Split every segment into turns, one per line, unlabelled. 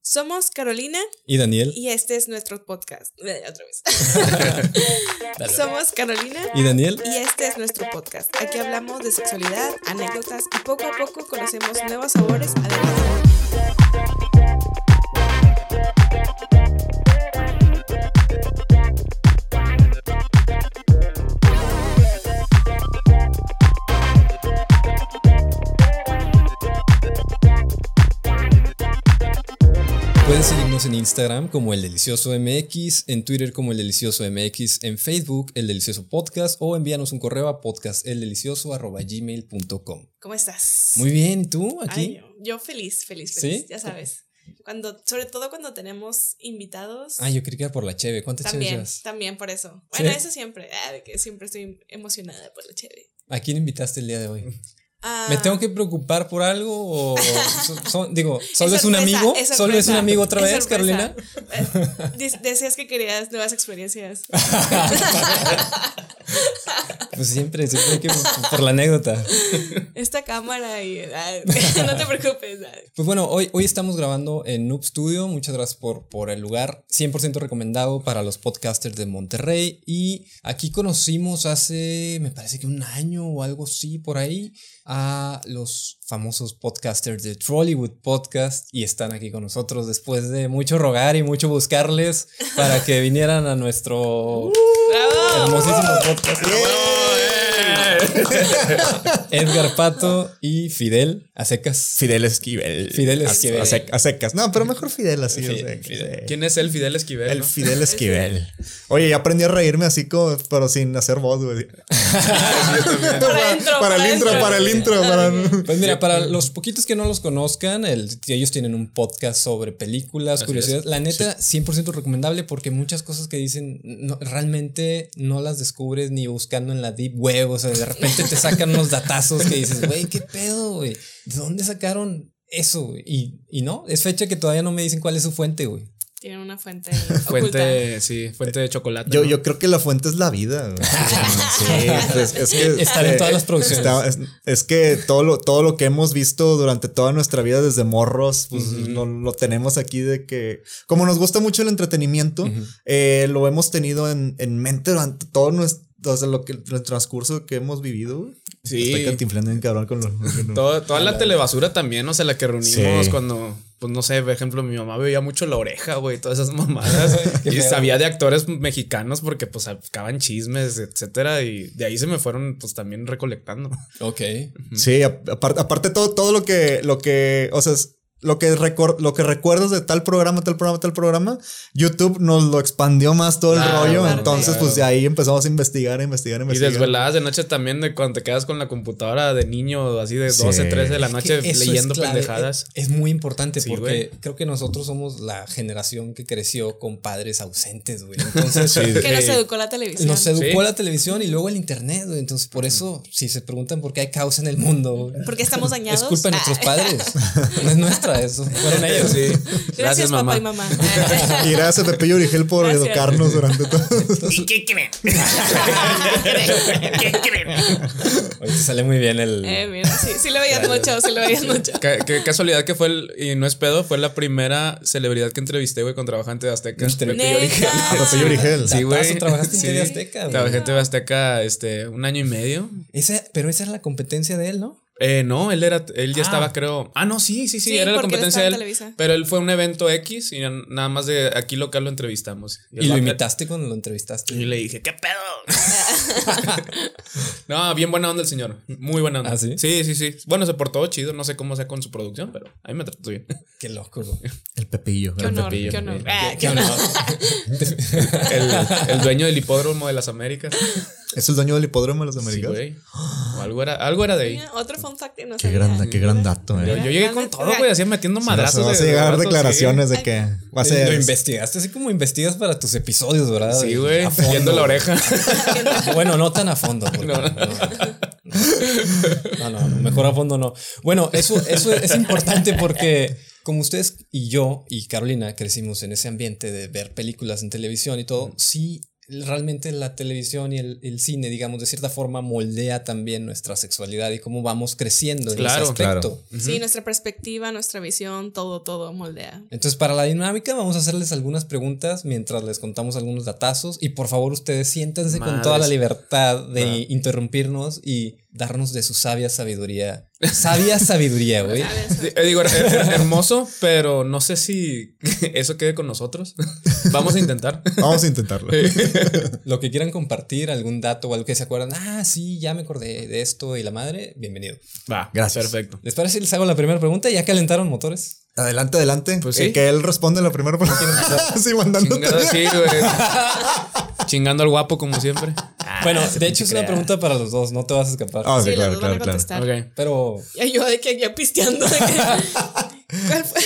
Somos Carolina
Y Daniel.
y este es nuestro podcast. Eh, Otra vez.
Dale.
Somos Carolina
Y Daniel.
y este es nuestro podcast. Aquí hablamos de sexualidad, anécdotas y poco a poco conocemos nuevos sabores. Además,
Pueden seguirnos en Instagram como El Delicioso MX, en Twitter como El Delicioso MX, en Facebook El Delicioso Podcast o envíanos un correo a podcasteldelicioso@gmail.com.
¿cómo estás?
Muy bien, ¿y ¿tú
Ay,
aquí?
yo- yo feliz, feliz,
¿Sí?
feliz. Ya sabes. Cuando, sobre todo cuando tenemos invitados.
Ah, yo quería que era por la cheve. ¿Cuántas cheves
También,
llevas?
también por eso.
¿Sí?
Bueno, eso siempre. ah, de que siempre estoy emocionada por la chévere.
¿A quién invitaste el día de hoy?
Ah,
¿Me tengo que preocupar por algo o so- so- digo, solo es, un
sorpresa,
amigo?
es
¿Solo es un
sorpresa,
amigo otra
es
vez,
sorpresa.
Carolina?
Eh, de- Decías que querías nuevas experiencias.
Pues siempre, siempre hay que por- por la anécdota.
Esta cámara y. ah, no te preocupes. ah.
Pues bueno, hoy, hoy estamos grabando en Noob Studio. Muchas gracias por, por el lugar. 100% recomendado para los podcasters de Monterrey. Y aquí conocimos hace, me parece que un año o algo así por ahí, a los famosos podcasters de Trollywood Podcast. Y están aquí con nosotros después de mucho rogar y mucho buscarles para que vinieran a nuestro
¡Bravo!
hermosísimo podcast.
¡Eh!
eh. Edgar Pato y Fidel a secas.
Fidel Esquivel.
Fidel
A-
Esquivel.
A, sec- a secas. No, pero mejor Fidel así.
Fidel,
o sea, que
Fidel.
sí.
¿Quién es el Fidel Esquivel?
El
no?
Fidel Esquivel. Oye, ya aprendí a reírme así como, pero sin hacer voz, güey. para,
adentro,
para
para
el intro,
adentro.
para el intro. para-
Pues mira, para los poquitos que no los conozcan, el- ellos tienen un podcast sobre películas,
Así
curiosidades. La neta, 100% recomendable porque muchas cosas que dicen no- realmente no las descubres ni buscando en la deep web. O sea, de repente te sacan unos datazos que dices, güey, ¿qué pedo, güey? ¿De dónde sacaron eso? güey?" Y, y no, es fecha que todavía no me dicen cuál es su fuente, güey.
Tienen una fuente. oculta.
Fuente, sí, fuente de chocolate.
Yo,
¿no?
yo creo que la fuente es la vida. güey. Sí, es, es que,
Estar en
eh,
todas las producciones.
está- es, es que todo lo, todo lo que hemos visto durante toda nuestra vida desde morros, pues lo, lo tenemos aquí de que, como nos gusta mucho el entretenimiento, eh, lo hemos tenido en, en mente durante todo nuestro, o sea, lo que, el transcurso que hemos vivido. güey.
Sí.
Estoy cantinflando en cabrón con los...
Todo- toda la telebasura también, o sea, la que reunimos
Ah, Sí.
cuando, pues no sé, por ejemplo, mi mamá veía mucho la oreja, güey, todas esas mamadas.
Qué
y
feo.
sabía de actores mexicanos porque, pues, sacaban chismes, etcétera. Y de ahí se me fueron, pues, también recolectando.
Ok.
Sí, a- aparte, aparte todo, todo lo que, lo que, o sea, es- lo que, recor- lo que recuerdas de tal programa, tal programa, tal programa, YouTube nos lo expandió más todo el
Claro,
rollo.
claro,
entonces,
claro.
pues de ahí empezamos a investigar, a investigar, a
Y
investigar.
desveladas de noche también, de cuando te quedas con la computadora de niño, así de
Sí.
12, 13 de la
Es
noche,
que eso es
leyendo
clave,
pendejadas.
Es, es muy importante
Sí,
porque creo que nosotros somos la generación que creció con padres ausentes, güey. Entonces,
Que nos
eh,
educó la televisión.
nos educó
Sí.
la televisión y luego el internet, güey. Entonces, por eso, si se preguntan por qué hay caos en el mundo, güey,
Porque estamos dañados.
es culpa de nuestros
Ah.
padres. No es nuestra, eso. Fueron ellos.
Sí.
Gracias, papá y mamá. Ah.
Y gracias a Pepillo Origel por
Gracias.
educarnos durante todo.
¿Y qué creen? ¿Qué creen?
Hoy te sale muy bien el.
Eh, mira, sí, sí lo veías mucho, sí lo veías mucho.
Qué, qué casualidad que fue el, y no es pedo, fue la primera celebridad que entrevisté, güey, con trabajante de Azteca.
Neta.
Pepillo Origel.
A Pepillo Origel.
Sí. Datazo, trabajaste en TV Azteca, güey.
Trabajé en TV Azteca este, un año y medio.
Esa- pero esa era la competencia de él, ¿no?
Eh, no, él era, él ya
Ah.
estaba, creo. Ah, no, sí, sí, sí,
Sí,
era la
porque él
competencia de él.
estaba en Televisa.
Pero él fue a un evento X y na- nada más de aquí local lo entrevistamos.
Y
el
lo
vato-
imitaste cuando lo
Y
entrevistaste.
le dije,
¿Qué pedo?
Ah,
no, bien buena onda el señor. Muy buena onda.
¿Ah, sí?
Sí, sí, sí. Bueno, se portó chido. No sé cómo sea con su producción, pero a mí me trató bien.
Qué loco, güey.
El Pepillo.
Qué honor, qué honor. Ah,
Qué honor.
El, el dueño del hipódromo de las Américas.
Es el dueño del hipódromo de los
Sí,
americanos.
güey. O algo era, algo era de ahí.
Mira, Otro fun fact que no
qué
sabía.
gran, qué gran dato,
Yo,
eh.
yo llegué con todo, güey, así metiendo
Nos
madrazos.
vas a
de-
llegar
de ratos,
declaraciones de que va
Lo
a ser.
investigaste así como investigas para tus episodios, ¿verdad?
Sí, Sí, güey.
A fondo,
Viendo la
güey.
oreja.
Bueno, no tan a fondo. porque-
No.
No. No, no, no, mejor a fondo no. Bueno, eso, eso es importante porque como ustedes y yo y Carolina crecimos en ese ambiente de ver películas en televisión y todo, sí realmente la televisión y el, el cine, digamos, de cierta forma moldea también nuestra sexualidad y cómo vamos creciendo en
Claro,
ese aspecto.
claro.
Sí, nuestra perspectiva, nuestra visión, todo, todo moldea.
Entonces, para la dinámica, vamos a hacerles algunas preguntas mientras les contamos algunos datazos. Y por favor, ustedes siéntanse con toda la
Madres.
libertad de
Ah.
interrumpirnos y darnos de su sabia sabiduría. Sabia sabiduría, güey.
D- eh, Digo, her- her- hermoso, pero no sé si eso quede con nosotros. Vamos a intentar.
Vamos a intentarlo.
Lo que quieran compartir, algún dato o algo que se acuerdan. Ah, sí, ya me acordé de esto y la madre. Bienvenido.
Va,
Gracias.
Perfecto.
¿Les parece si les hago la primera pregunta? ¿Ya calentaron motores?
Adelante, adelante.
Pues
El
sí.
que él responde la primera pregunta. sí, mandándote.
Chingado, sí, güey. Chingando al guapo como siempre.
bueno, de hecho es una pregunta para los dos, no te vas a escapar.
Ah, ok,
sí,
claro,
las dos van
claro,
a
claro.
contestar.
Ok.
Pero
Y yo de que ya pisteando. de que- ¿cuál, fue,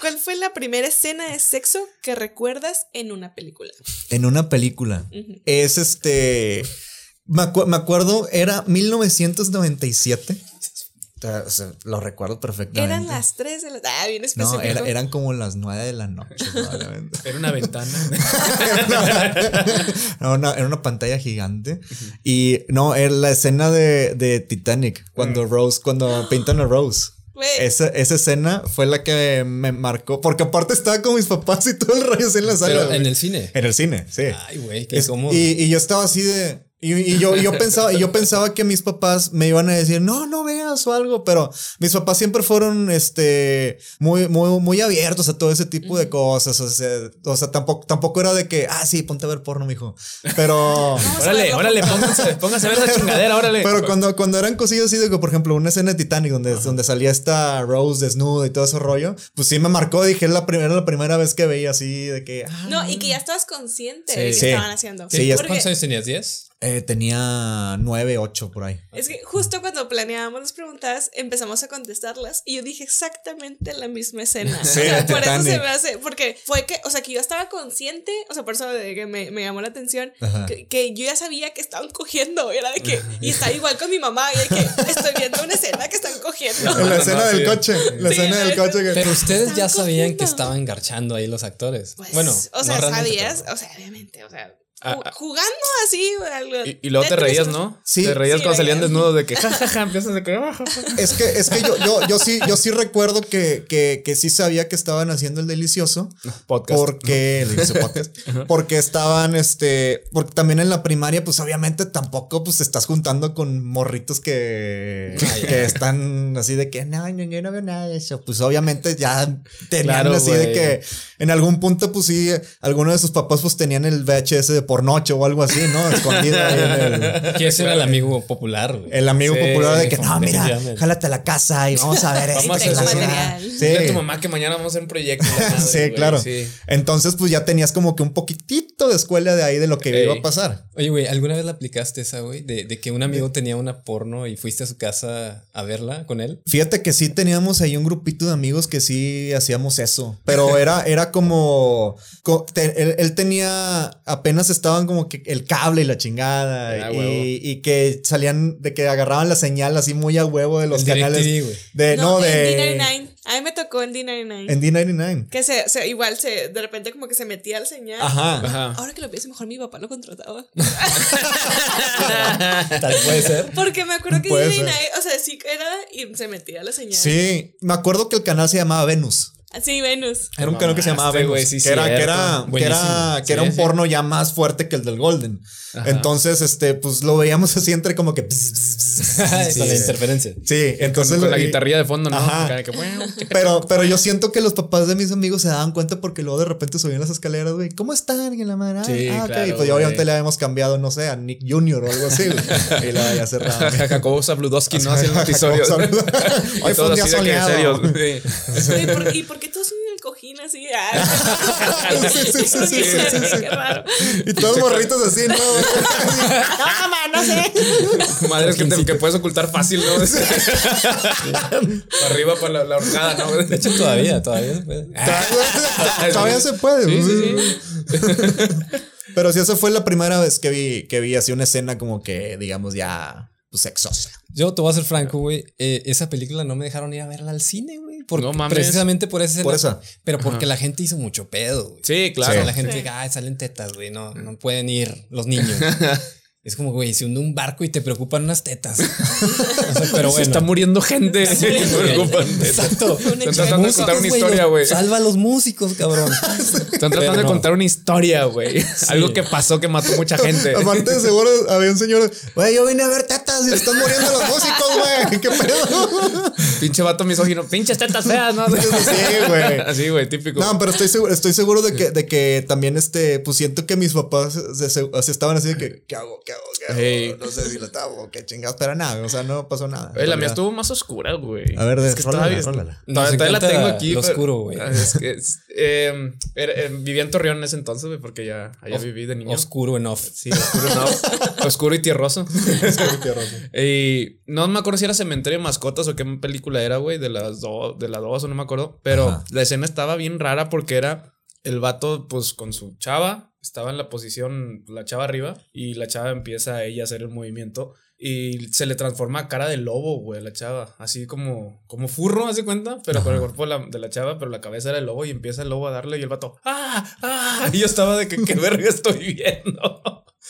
cuál fue la primera escena de sexo que recuerdas en una película?
En una película.
Ujú.
Es este. Me, acu- me acuerdo, era 1997. O sea, o sea, lo recuerdo perfectamente.
Eran las 3 de la Ah, bien específico.
No, era- eran como las 9 de la noche. probablemente.
Era una ventana.
No, una- era una pantalla gigante. Y no, era la escena de, de Titanic, cuando Rose, cuando pintan a Rose.
Mm. Güey.
Esa, esa escena fue la que me marcó, porque aparte estaba con mis papás y todo el rollo así en la sala.
pero en
güey.
el Ah, cine.
En el cine, sí.
Ay, güey, qué
Es-
incómodo.
y, y yo estaba así de. Y, y yo, y yo pensaba, y yo pensaba que mis papás me iban a decir, no, no veas o algo, pero mis papás siempre fueron este muy, muy, muy abiertos a todo ese tipo de cosas. O sea, o sea, tampoco, tampoco era de que, ah, sí, ponte a ver porno, mijo. Pero.
Vamos a
órale,
verlo.
órale, pónganse, pónganse a ver esa chingadera, órale.
Pero cuando, cuando eran cosillas así de que, por ejemplo, una escena de Titanic donde, donde salía esta Rose desnuda y todo ese rollo, pues sí me marcó, dije, es la primera, la primera vez que veía así de que, ah,
No, y que ya estabas consciente de que
Sí.
estaban haciendo.
Sí, ya-
Porque
¿Cuántos años tenías? ¿10?
eh, tenía nueve, ocho por ahí.
Es que justo cuando planeábamos las preguntas, empezamos a contestarlas y yo dije exactamente la misma escena.
Sí,
o sea, por eso
Titanic.
se me hace, porque fue que, o sea, que yo estaba consciente, o sea, por eso de que me, me llamó la atención,
Ajá.
que, que yo ya sabía que estaban cogiendo, era de que, y estaba igual con mi mamá, y de que estoy viendo una escena que están cogiendo.
En la escena
No, sí.
del coche, la
Sí,
escena
la
del
escena-
coche que...
Pero ustedes ya
Están
sabían que
cogiendo.
estaban garchando ahí los actores.
Pues,
bueno,
o sea, sabías, o sea, obviamente, o sea,
Ah,
ju-
ah.
jugando así, algo-
Y, y luego te
Dentro de
reías,
su-
¿no?
Sí.
Te reías
Sí,
cuando salían
reías.
desnudos de que jajaja, empiezas a que. "Ah,
Es que, es que yo, yo, yo sí, yo sí recuerdo que, que, que sí sabía que estaban haciendo el delicioso.
Podcast.
Porque, el delicioso podcast, porque estaban, este, porque también en la primaria, pues obviamente tampoco, pues te estás juntando con morritos que, que están así de que, no, no, yo no veo nada de eso. Pues obviamente ya tenían
Claro,
así de
güey.
que en algún punto, pues sí, alguno de sus papás pues tenían el VHS de pornoche o algo así, ¿no? Escondido ahí en el...
que ese era el amigo popular, güey.
El amigo
Sí,
popular de que no, mira,
definitivamente.
jálate a la casa y vamos a ver
Vamos
esto.
a
y la
hacer
chingada.
material.
Dile a tu
Sí,
mamá que mañana vamos a hacer un proyecto. la madre,
sí,
güey,
claro.
sí.
Entonces, pues ya tenías como que un poquitito de escuela de ahí de lo que
Ey.
iba a pasar.
Oye, güey, ¿alguna vez la aplicaste esa, güey? De, de que un amigo tenía una porno y fuiste a su casa a verla con él.
Fíjate que sí teníamos ahí un grupito de amigos que sí hacíamos eso, pero era, era como, co- te- él, él tenía, apenas estaban como que el cable y la chingada
Ah,
y,
huevo.
y que salían, de que agarraban la señal así muy a huevo de los
El
canales.
DirecTV, güey.
De, Eh, no,
en
de...
D99. A mí me tocó en D99.
En D99.
Que se, se- igual se, de repente como que se metía al señal.
Ajá.
Ajá.
Ahora que lo pienso, mejor mi papá lo contrataba.
Tal puede ser.
Porque me acuerdo que
Puede
Disney,
ser.
o sea, sí que era y se metía la señal.
Sí, me acuerdo que el canal se llamaba Venus.
Así, Venus.
Era un canal que se llamaba
Mamaste,
Venus,
güey, sí,
que, era, que, era,
cierto.
que, era,
Buenísimo.
que era
Sí,
un
sí.
porno ya más fuerte que el del Golden. Entonces, este, pues lo veíamos así entre como que.
Con la interferencia.
Sí, entonces.
Con, con la
y-
guitarrilla de fondo, ¿no?
Ajá.
Acá de que, bueno,
Pero, pero yo siento que los papás de mis amigos se daban cuenta porque luego de repente subían las escaleras, güey. ¿Cómo están? Y la madre, ah,
Sí,
ah, ok.
claro,
pues ya obviamente
güey.
le habíamos cambiado, no sé, a Nick Jr. o algo así, güey. Y la había cerrado.
Jacobo Zabludowski no hace el episodio. Y
Hoy fue un
todos
día
así de que, en
soleado.
serio, sí.
Oye, ¿por- ¿Y por qué todos en el cojín así? Ah,
Sí, sí, sí, sí, sí, sí, sí.
Qué raro.
Y todos morritos así, ¿no?
No, mamá, no sé.
Madres que, te, que puedes ocultar fácil, ¿no? para arriba, para la, la horcada, ¿no?
De hecho, todavía, todavía. se puede.
Todavía- Todavía se puede.
Sí, sí,
güey. Pero si esa fue la primera vez que vi, que vi así una escena como que, digamos, ya pues, sexosa.
Yo te voy a ser franco, güey. eh, esa película no me dejaron ir a verla al cine, güey. por-
No mames.
precisamente por ese
Por
escena,
esa.
Pero porque
Ajá.
la gente hizo mucho pedo, güey.
Sí,
O sea,
claro.
la gente,
Sí.
"Ay, salen tetas, güey, no, no pueden ir los niños. es como, güey, se hunde un barco y te preocupan unas tetas. O sea, pero
Se
bueno.
está muriendo gente.
Está muriendo
Me preocupan.
Exacto.
Están
tratando de contar una
güey,
historia,
los-
güey.
Salva a los músicos, cabrón.
Están tratando
Pero
de
no.
contar una historia, güey. Algo que pasó que mató mucha gente.
Aparte, seguro había un señor, güey, yo vine a ver tetas y se están muriendo los músicos, güey. ¿Qué pedo?
Pinche vato misógino. Pinches tetas feas, ¿no?
Sí, güey.
Así, güey, típico.
No, pero estoy seguro, estoy seguro de que, de que también este, pues siento que mis papás se, se- o sea, estaban así de que, ¿qué hago? ¿Qué hago? ¿Qué hago?
Ey.
No sé si lo tabo, qué chingados, pero nada, o sea, no pasó nada.
Güey, la mía
tú
estuvo más oscura, güey.
A ver,
es que
desrólala,
todavía,
rólala.
todavía-
Nos
todavía la
encanta
tengo aquí.
lo
pero-
oscuro, güey.
Es que, es- eh, era- eh, vivía en Torreón en ese entonces, güey, porque ya allá viví de niño.
Oscuro en off.
Sí, oscuro, no. oscuro y tierroso. Y no me acuerdo si era Cementerio de Mascotas o qué película era, güey, de las dos, de las dos, o no me acuerdo. Pero
Ajá.
la escena estaba bien rara porque era el vato, pues, con su chava. Estaba en la posición, la chava arriba, y la chava empieza a ella a hacer el movimiento. Y se le transforma a cara de lobo, güey, a la chava. Así como, como furro, hace cuenta, pero con el cuerpo de la, de la chava, pero la cabeza era el lobo y empieza el lobo a darle y el vato, ¡ah! ¡ah! Y yo estaba de que, ¿qué verga estoy viendo?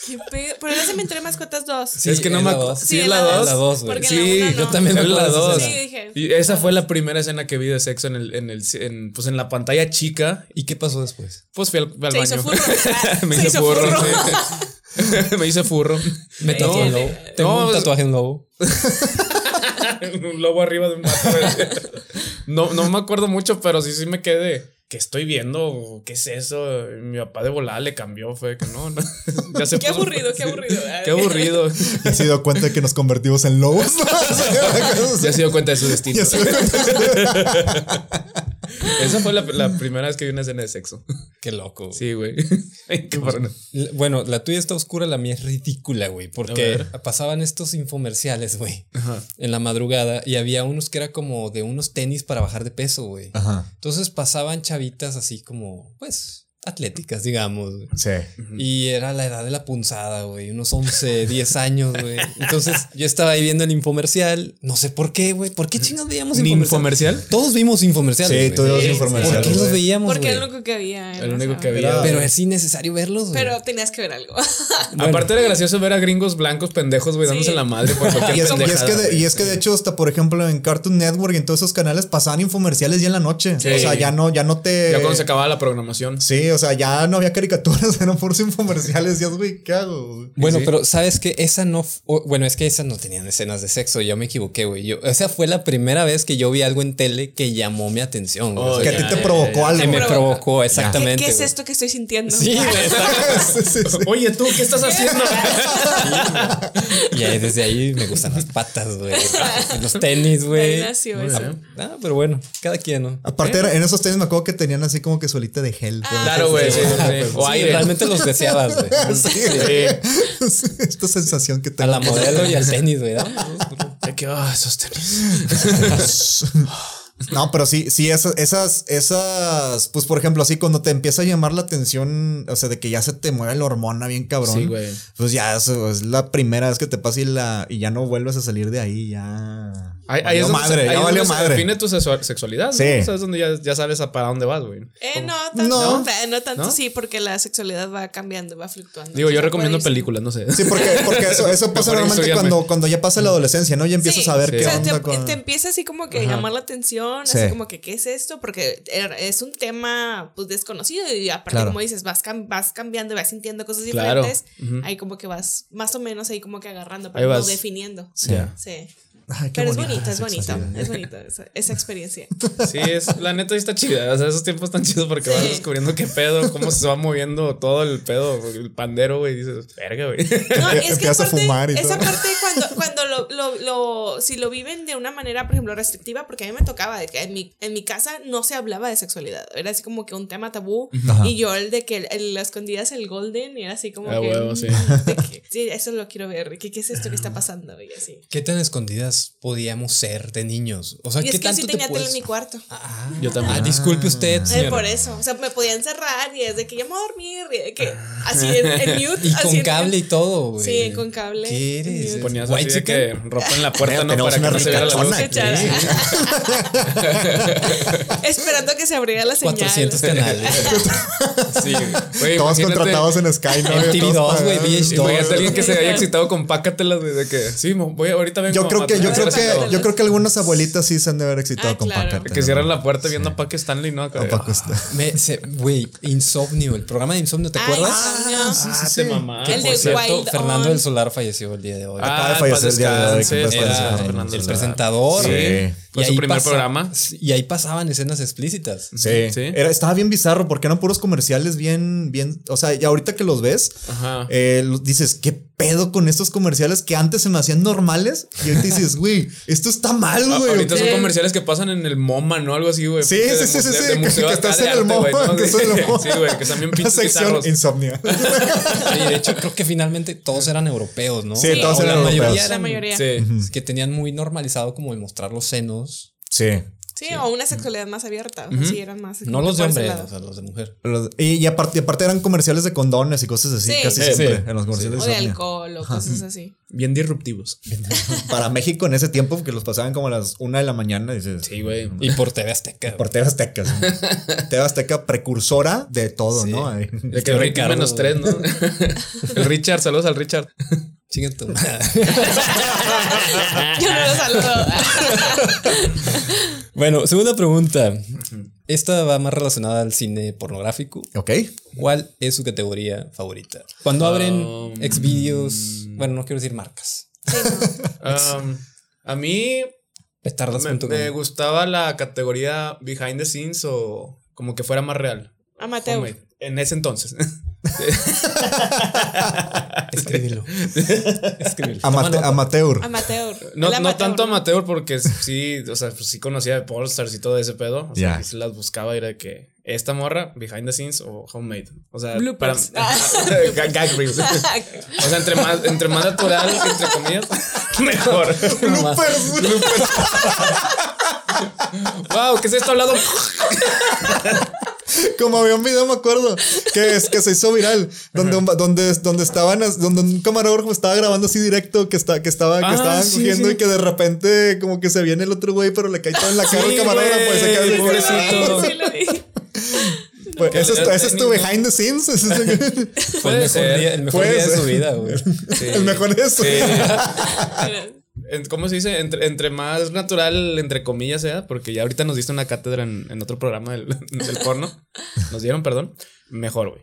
Qué pedo. Pero ya se me entré mascotas 2.
Sí,
es que no
es
me
la
acuerdo.
dos.
Sí, es la 2.
la dos, güey.
Porque
Sí,
la uno
yo
no.
también me
Es la
acuerdo de
dos.
esa
Sí, dije.
escena.
Y esa fue la primera escena que vi de sexo en el, en el, en, pues en la pantalla chica.
¿Y qué pasó después?
Pues fui al, al
Se
baño.
hizo furro. Ah,
Me
se
hice
hizo
furro.
furro.
sí. Me hice furro.
Me
Eh,
tatué un
no.
lobo. Tengo
No, pues-
un
es-
tatuaje de un lobo.
Un lobo arriba de un vato. No, no me acuerdo mucho, pero sí, sí me quedé. ¿Qué estoy viendo? ¿Qué es eso? Y mi papá de volada le cambió. Fue que no, no. Ya se
Qué
puso-
aburrido, qué aburrido.
Qué aburrido.
Ya se dio cuenta de que nos convertimos en lobos.
Ya se dio cuenta de su destino.
Ya se dio
Esa fue la, la primera vez que vi una escena de sexo.
Qué loco. güey.
Sí, güey. Ay, cabrón.
L- Bueno, la tuya está oscura, la mía es ridícula, güey,
A
porque
ver.
pasaban estos infomerciales, güey,
Ajá.
en la madrugada y había unos que era como de unos tenis para bajar de peso, güey.
Ah.
Ajá.
Entonces pasaban chavitas así como, pues, atléticas, digamos. güey.
Sí.
Y era la edad de la punzada, güey, unos 11, 10 años, güey. Entonces yo estaba ahí viendo el infomercial, no sé por qué, güey, ¿por qué chingados veíamos
¿Ni
infomercial?
infomercial?
Todos vimos infomerciales.
Sí,
güey.
todos
Sí, sí,
información.
¿Por qué los veíamos?
Porque era
güey?
lo único que había.
El
no
único
sé.
que había.
Pero es innecesario verlos, güey.
Pero tenías que ver algo.
Bueno.
Aparte era gracioso ver a gringos blancos pendejos, güey,
Sí.
dándose la madre por cualquier
Y es, y es
pendejada,
que de,
güey.
y es que de hecho hasta por ejemplo en Cartoon Network y en todos esos canales pasaban infomerciales ya en la noche.
Sí.
O sea, ya no, ya no te.
Ya cuando se acababa la programación.
Eh, Sí, o sea, ya no había caricaturas, eran puros infomerciales. Decías, güey, ¿qué hago? güey?"
Bueno,
Sí.
pero sabes que esa no. f- o- Bueno, es que esas no tenían escenas de sexo. Yo me equivoqué, güey. Yo- Esa fue la primera vez que yo vi algo en tele que llamó mi atención. güey.
Oh,
O sea,
que a
ya,
ti te
ya,
provocó
ya,
algo.
que me
Provoca.
provocó,
¿Qué,
exactamente.
qué es
güey.
esto que estoy sintiendo?
Sí, güey, está-
Sí, sí, sí.
Oye, tú, ¿qué estás haciendo?
Y ahí- desde ahí me gustan las patas, güey. Los tenis, güey.
Ahí nació
Muy
eso.
bien.
Ah, pero bueno, cada quien, ¿no?
Aparte, era- en esos tenis me acuerdo que tenían así como que suelita de gel. güey.
Claro, güey. sí, sí, sí. O
Sí,
aire.
realmente los deseabas, güey.
Sí. Esta sensación que
A
tengo.
la modelo y al tenis, güey. ¿no?
De que, ah, esos tenis.
No, pero sí, sí, esas, esas, esas, pues por ejemplo, así cuando te empieza a llamar la atención, o sea, de que ya se te mueve la hormona bien cabrón.
Sí, güey.
Pues ya eso es la primera vez que te pasa y la, y ya no vuelves a salir de ahí, ya.
Ahí, ahí
Valió
es donde, se-
madre,
ahí
ya
es
valió
donde se
madre.
define tu sexu- sexualidad,
Sí.
¿no? O sea, es donde ya, ya sabes a para dónde vas, güey.
Eh, no,
No.
tanto, no, no tanto
¿No?
sí, porque la sexualidad va cambiando, va fluctuando.
Digo, yo
Entonces,
recomiendo
puede irse.
películas, no sé.
Sí, porque, porque eso, eso pasa
Mejor
normalmente
instrúyame.
cuando, cuando ya pasa la adolescencia, ¿no? Ya empiezas
Sí.
a ver
Sí.
qué
O sea,
onda
te,
con.
te empieza así como que
Ajá.
llamar la atención,
Sí.
así como que qué es esto, porque era- es un tema pues desconocido y aparte
Claro.
como dices, vas, cam- vas cambiando y vas sintiendo cosas
Claro.
diferentes,
Ujú.
ahí como que vas más o menos ahí como que agarrando,
Ahí
pero no
vas.
definiendo.
Sí.
Sí.
Ay, qué
Pero es
bonita
bonito,
la
es bonito,
sexualidad.
es bonito esa, esa experiencia.
Sí, es, la neta sí está chida. O sea, esos tiempos están chidos porque vas
Sí.
descubriendo qué pedo, cómo se va moviendo todo el pedo, el pandero, güey. y Dices, verga, güey.
No, es que
Empiezas a
aparte,
fumar y
esa
todo.
parte cuando, cuando lo, lo, lo- si lo viven de una manera, por ejemplo, restrictiva, porque a mí me tocaba de que en mi, en mi casa no se hablaba de sexualidad, era así como que un tema tabú,
Ajá.
y yo el de que el, el- la escondidas el golden, y era así como
Ah,
que,
huevo, sí.
mm, de que, sí, eso lo quiero ver, que, ¿qué es esto que está pasando? Y así.
¿Qué tan escondidas personas podíamos ser de niños. O sea,
Y
¿qué
es que yo
tanto
sí
te
tenía tele en
puedes-
mi cuarto.
Ah,
Yo también.
ah, disculpe usted.
Eh,
señora.
por eso. O sea, me podía encerrar y es de que ya me voy a dormir. y de que así en, en mute.
Ah. Y
así
con
en-
cable y todo, güey.
Sí, con cable.
¿Qué eres?
Mute.
Ponías
White
así de que ropa en la puerta, ¿no?
Tenemos
Para que
una
no se viera la luz.
ricachona
Qué
aquí.
chara. Esperando que se abriera la señal.
400 canales.
Sí, güey,
Todos
imagínate-
contratados en Sky, ¿no?
MTV2,
Todos
güey,
pagados.
VH2.
Imagínate a pues, alguien que se haya excitado con pácatelas de de que sí, mo- voy ahorita vengo.
Yo creo
mamá,
que, yo
te
creo
las acabo.
que, yo creo que algunas abuelitas sí se han de haber excitado
Ah,
con
claro.
Paco.
que cierran la puerta viendo a Pac Stanley, ¿no? Acá de,
Paco está-
Me- se- Güey, Insomnio, el programa de Insomnio, ¿te
Ay,
acuerdas?
Insomnio.
sí,
ah,
sí,
te
sí.
mamaste.
El
Por
de
cierto,
Wild
Fernando
On.
del Solar falleció el día de hoy.
Ah,
Acaba de fallecer el día de hoy, que en paz
era
descanse, Fernando
Fernando
el
Solar.
presentador.
Sí.
Y
Fue su
ahí
primer
pasa-
programa.
Y ahí pasaban escenas explícitas.
Sí.
Sí.
Era, estaba bien bizarro porque eran puros comerciales bien, bien. O sea, y ahorita que los ves,
Ajá.
eh, los- dices, ¿qué pedo con estos comerciales que antes se me hacían normales? Y ahorita dices, güey, esto está mal,
Ah,
güey.
Ahorita son
Sí.
comerciales que pasan en el MoMA, ¿no? Algo así, güey.
Sí,
De
sí, sí, sí,
museo-
sí,
de
que-
museo
que
acá
estás
de
en el
arte, güey,
MoMA,
¿no?
que estás en el MoMA.
Sí, güey, que están bien
Una
pinches
sección
bizarros.
insomnia.
Y de hecho, creo que finalmente todos eran europeos, ¿no?
Sí, todos
O
eran
la mayoría
europeos.
La mayoría. Sí.
Sí.
Que tenían muy normalizado como el mostrar los senos.
sí.
o una sexualidad más abierta. o sea, sí, eran más.
No los de
por ese
hombre,
lado.
o sea, los de mujer.
Los- Y, y aparte, y aparte eran comerciales de condones y cosas así,
Sí.
casi
Sí,
siempre.
sí.
En los comerciales
O
de
de
insomnia.
alcohol o cosas así.
Bien disruptivos.
Para México en ese tiempo, que los pasaban como a las una de la mañana. Dices,
Sí, güey.
Y por TV Azteca.
Por TV Azteca. sí. TV Azteca precursora de todo,
Sí.
¿no? este, Ahí.
El que
tío
Ricky
Ricardo.
menos tres, ¿no? El Richard, saludos al Richard.
Chinga tu madre.
Yo no los saludo.
Bueno, segunda pregunta. Esta va más relacionada al cine pornográfico.
Ok.
¿Cuál es su categoría favorita? Cuando abren
Um,
exvideos, bueno, no quiero decir marcas.
Um, a mí me,
Petardas.com.
me gustaba la categoría behind the scenes o como que fuera más real.
Amateur.
Homemade. En ese entonces.
Escríbelo. Escríbelo.
Amate-
Toma nota.
amateur.
Amateur.
No,
El
no
amateur,
tanto amateur porque sí, o sea, pues sí conocía de Polstars y todo ese pedo. O sea,
Ya.
sí las buscaba y era de que esta morra, behind the scenes o homemade. O sea,
Bloopers.
para Gag- gag reels. O sea, entre más, entre más natural, entre comillas, mejor. wow, ¿qué es esto hablado?
Como había un video, me acuerdo, que, es, que se hizo viral, donde, un- donde, donde estaban, as- donde un camarógrafo estaba grabando así directo, que, está, que, estaba, que
Ah,
estaban
sí,
cogiendo
sí.
y que de repente como que se viene el otro güey, pero le cae todo en la cara al
Sí,
camarógrafo. y se queda así
güey,
como que, "Ah,
pobrecito.
Sí, lo vi.
pues,
Que
ese es,
le-
ese es tu behind the scenes. ese es el-
Fue el
Puede
mejor
ser.
día, el mejor
Puede
día de
ser.
su vida, güey.
Sí.
el mejor es.
En- ¿Cómo se dice? Entre, entre más natural, entre comillas, sea, porque ya ahorita nos diste una cátedra en, en otro programa del, del porno. Nos dieron, perdón. Mejor, güey.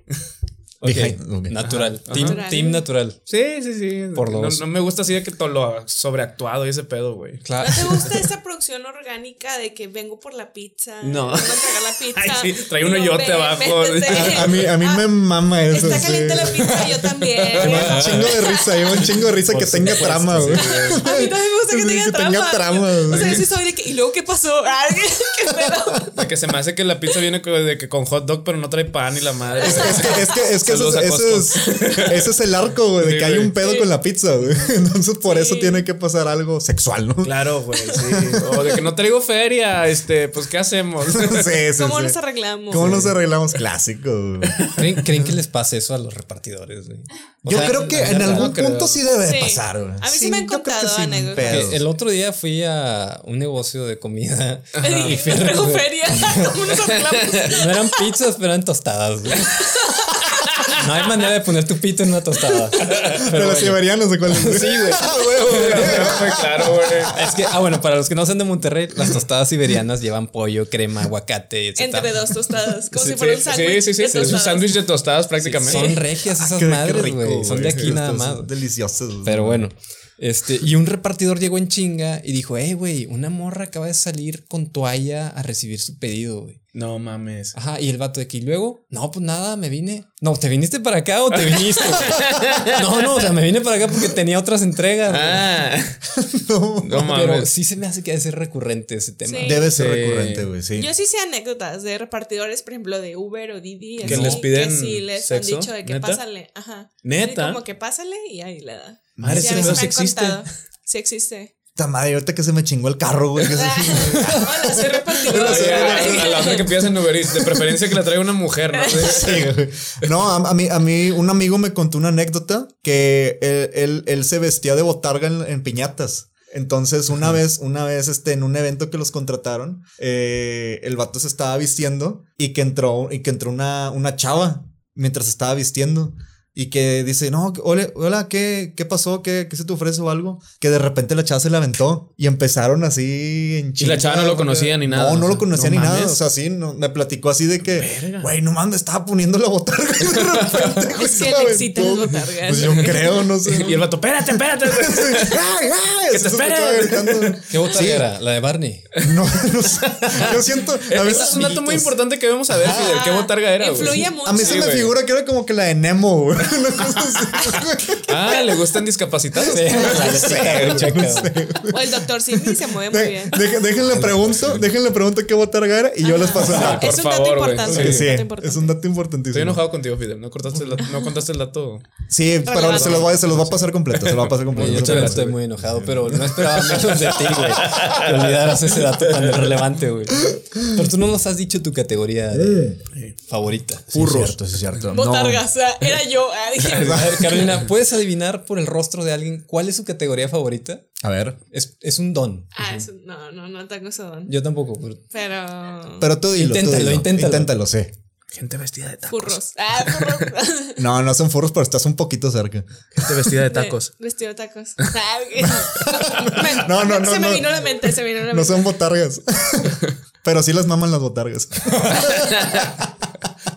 Ok,
Behind- ok.
Natural.
Ajá,
Team,
ajá.
team natural.
Sí, sí, sí.
Por
no,
dos.
no me gusta así de que todo lo sobreactuado y ese pedo, güey.
Claro.
¿No te gusta esa producción orgánica de que vengo por la pizza?
No.
Vengo a entregar la pizza.
Ay, sí, trae un
Digo,
hoyote
"Ven,
abajo".
métete.
A mí, a mí me mama eso.
Ah, Está
sí.
caliente la pizza, yo también.
Me da un chingo de risa, me da un chingo de risa que tenga trama, güey.
A mí también me gusta que
Sí,
tenga
que
trama.
tenga trama,
O sea,
güey.
yo sí soy de que. ¿Y luego qué pasó? Ah, ¿Qué pedo?
De que se me hace que la pizza viene co- de que con hot dog, pero no trae pan y la madre. güey.
Es que, es que, es que ese,
Saludos a
ese es, ese es el arco, güey, de
Sí,
que hay
güey.
un pedo
Sí.
con la pizza, güey. Entonces, por eso
Sí.
tiene que pasar algo sexual, ¿no?
Claro, güey, sí. O de que no traigo feria, este, pues, ¿qué hacemos?
Sí, sí,
¿Cómo
sí.
nos arreglamos?
¿Cómo nos arreglamos? Clásico, güey.
¿Creen, creen que les pase eso a los repartidores, güey? O
Yo
sea,
creo que
la
en
neta,
algún
creo.
punto sí debe de
Sí.
pasar, güey.
A mí sí
yo
me han
creo que
contado
sin
anécdotas.
pedos.
Que el otro día fui a un negocio de comida.
Y me traigo feria. ¿Cómo nos arreglamos?
No eran pizzas, pero eran tostadas, güey. No hay manera de poner tu pito en una tostada.
Pero
Pero bueno.
los siberianos, ¿de cuál? Sí, güey. Ah, güey, güey.
Fue claro, güey.
es que, ah, bueno, para los que no sean de Monterrey, las tostadas siberianas llevan pollo, crema, aguacate, etc.
Entre dos tostadas. Como
Sí,
si fuera un
sí,
sándwich.
Sí, sí,
de
sí. Es un
tostadas.
sándwich de tostadas prácticamente.
Son regias
Ah,
esas
qué- qué
madres,
rico,
güey. Son de
güey.
aquí nada
Estos
más.
son Deliciosos. güey.
Pero bueno, este, y un repartidor llegó en chinga y dijo, hey, güey, una morra acaba de salir con toalla a recibir su pedido, güey.
No mames.
Ajá, y el vato de aquí, ¿y luego, no, pues nada, me vine. No, ¿te viniste para acá o te viniste? no, no, o sea, me vine para acá porque tenía otras entregas. güey.
Ah,
No,
no
Pero
mames.
sí se me hace que ha de ser recurrente ese tema.
Sí.
Debe ser
Sí.
recurrente, güey, sí.
Yo sí sé anécdotas de repartidores, por ejemplo, de Uber o Didi.
Que
así,
les piden
Que sí les
sexo,
han dicho de que
¿neta?
pásale. Ajá.
¿Neta?
Sí, como que pásale y ahí le da.
Madre,
Sí,
ese
a veces
pedo
me
sí
han
existe.
contado. Sí existe.
Ta madre, ahorita que se me chingó el carro, güey. que
Ah,
se-
Hola, soy repartidor.
A la- a la
Ay.
hora que pidas en Uber Eats, de preferencia que la traiga una mujer, ¿no?
Sí, güey. No, a, a mí, a mí un amigo me contó una anécdota que él, él- él se vestía de botarga en, en piñatas. Entonces, una vez, una vez, este, en un evento que los contrataron, eh, el vato se estaba vistiendo y que entró, y que entró una, una chava mientras estaba vistiendo. Y que dice, no, hola, hola ¿qué, ¿qué pasó? ¿Qué, ¿Qué se te ofrece o algo? Que de repente la chava se la aventó y empezaron así en
Y la chava no lo conocía ni nada.
no, no lo conocía ni
No
nada.
mames.
O sea, sí, no- me platicó así de que, güey, no mames, estaba poniendo la botarga de repente. güey,
Es que
se
le
aventó.
excitan las botargas.
Pues yo creo, no sé.
Y el vato, espérate, espérate.
Sí, ¡ay, ay!
¡Que te
Se
esperen!
escuchaba gritando.
¿Qué botarga era? La de Barney.
No, no sé. Yo siento. A
Ese
veces
es un dato muy importante que vemos a ver, Fidel. ¿Qué botarga era? güey?
Influye
A mí
mucho.
se
Sí,
me
güey.
figura que era como que la de Nemo, güey. Una cosa así, güey.
Ah, le gustan discapacitados.
No sé, güey,
Checa.
no sé.
O el doctor Simi se mueve muy
De-
bien.
de- Déjenle pregunto, déjenle pregunto qué botarga era y yo les paso el dato.
Es un
por
dato
favor, güey.
importante.
Porque
es
sí,
un dato
es
importante.
un dato importantísimo.
Estoy enojado contigo, Fidel. No, cortaste el dato- no contaste el dato.
Sí, pero
Relevante.
se los, voy, se los va a pasar completo. Se los va a pasar completo.
Yo
se
también
los voy a
estoy
pasar.
muy enojado, pero no esperaba menos de ti, güey. Que olvidaras ese dato tan relevante, güey. Pero tú no nos has dicho tu categoría de favorita.
Furros.
es cierto.
Botargas, ah, era yo. ah, dije,
A ver, Carolina, ¿puedes adivinar por el rostro de alguien cuál es su categoría favorita?
A ver.
Es, es un don.
ah, eso- no, no, no tengo ese don.
Yo tampoco. pero-
Pero.
Pero tú dilo, tú
Inténtalo,
dilo.
inténtalo.
Inténtalo, sí.
Gente vestida de tacos.
Furros. Ah, furros.
No, no son furros, pero estás un poquito cerca.
Gente vestida de
De- Vestido de tacos. Ah, ok. Me-
No, no, no,
Se me
no.
vino a la mente, se me vino a la
No
mente.
son botargas. Pero sí las maman las botargas.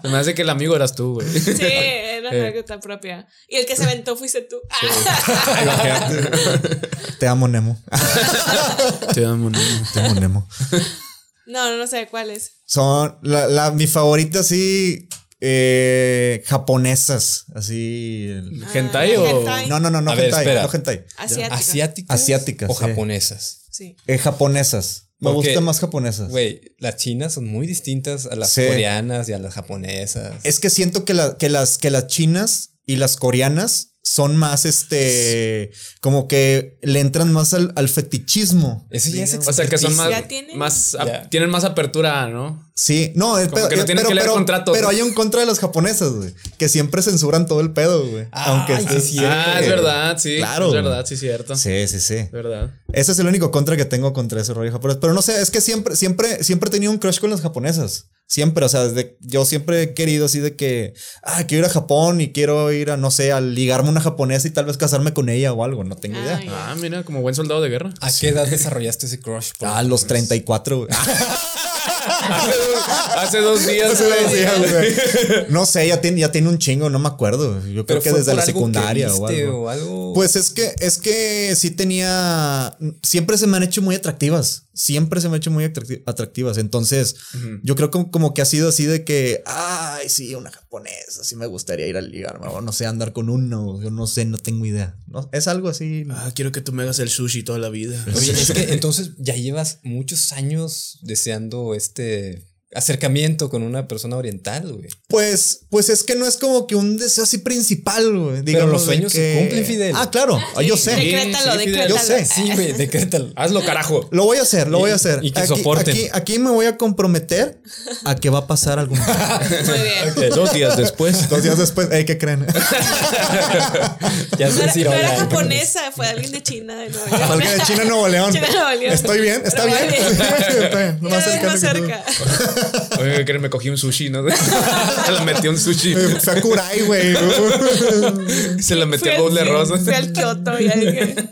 Me hace que el amigo eras tú, güey.
Sí, era
Eh.
una anécdota propia. Y el que se aventó fuiste tú. Ah,
Te amo, Nemo.
Te amo, niño.
Ah,
Te amo, Nemo.
No, no, no sé cuál es.
Son la, la- mi favorita, sí, eh, japonesas. Así. el-
¿Hentai
Ah,
o...?
hentai.
No, no, no, no,
A ver,
hentai,
espera.
no hentai.
Asiática.
¿Asiáticas?
Asiáticas,
O
sí.
japonesas.
Sí.
Eh, japonesas. Me
Porque-
gustan más japonesas.
Güey, las chinas son muy distintas a las
Sí.
coreanas y a las japonesas.
Es que siento que, la- que, las, que las chinas y las coreanas son más este. Como que le entran más al, al fetichismo.
Eso ya es
O sea, que son más...
Ya tienen-
más a-
Ya.
Tienen más apertura, ¿no?
Sí, no, eh,
Como que no tienen que leer contratos,
pero
¿no?
hay un contra de las japonesas, güey, que siempre censuran todo el pedo, güey.
Ah,
aunque
sí,
estés-
sí. Cierto,
ah, es
güey.
verdad, sí.
Claro,
Es
güey.
verdad, sí, cierto.
Sí, sí, sí.
Es verdad.
Ese es el único contra que tengo contra ese rollo japonés, pero no sé, es que siempre siempre siempre he tenido un crush con las japonesas. Siempre, o sea, desde yo siempre he querido así de que, ah, quiero ir a Japón y quiero ir a, no sé, a ligarme a una japonesa y tal vez casarme con ella o algo, no tengo idea.
Ay.
Ah, mira, como buen soldado de guerra.
¿A qué edad desarrollaste ese crush? por
Ah, los 34, güey.
Hace dos días.
Hace dos
güey.
días, güey. No sé, ya tiene, ya tiene un chingo, no me acuerdo. Yo creo
Pero
que
fue
desde
por
la
algo que
secundaria o
viste
algo.
o algo.
Pues es que, es que sí tenía. Siempre se me han hecho muy atractivas. Siempre se me han hecho muy atracti- atractivas. Entonces, yo creo que como que ha sido así de que. Ay, sí, una japonesa. Sí me gustaría ir a ligarme. O no sé, andar con uno. Yo no sé, no tengo idea. No, es algo así.
Ah, quiero que tú me hagas el sushi toda la vida.
Oye, es que entonces ya llevas muchos años deseando este acercamiento con una persona oriental, güey.
Pues, pues es que no es como que un deseo así principal, güey. digamos,
los
de
sueños se
que-
cumplen, Fidel.
Ah, claro. Ah, yo sé.
Decrétalo,
Sí, sí, Fidel.
decrétalo.
Yo sé.
Sí, güey, decrétalo.
Hazlo, carajo.
Lo voy a hacer, lo
Y-
voy a hacer.
y que
aquí,
soporten.
Aquí, aquí me voy a comprometer a que va a pasar algún día.
Muy bien.
Dos días después.
Dos días después, ey, ¿qué creen?
Ya
No
sé
era,
decir
no era
hola.
japonesa, fue alguien de China de Nueva York.
Salga de China, Nuevo León.
China, Nuevo León.
Estoy bien, está
Pero
bien.
vale.
Está bien, lo más
Cada vez
cercano
más
que tuve.
cerca.
Oye, que me cogí un sushi, ¿no? Se la metí un sushi.
Eh, Fui a Kurai, güey.
Se la metí
Fui
al bowl de
al-
rosas.
Fui al Kioto y alguien.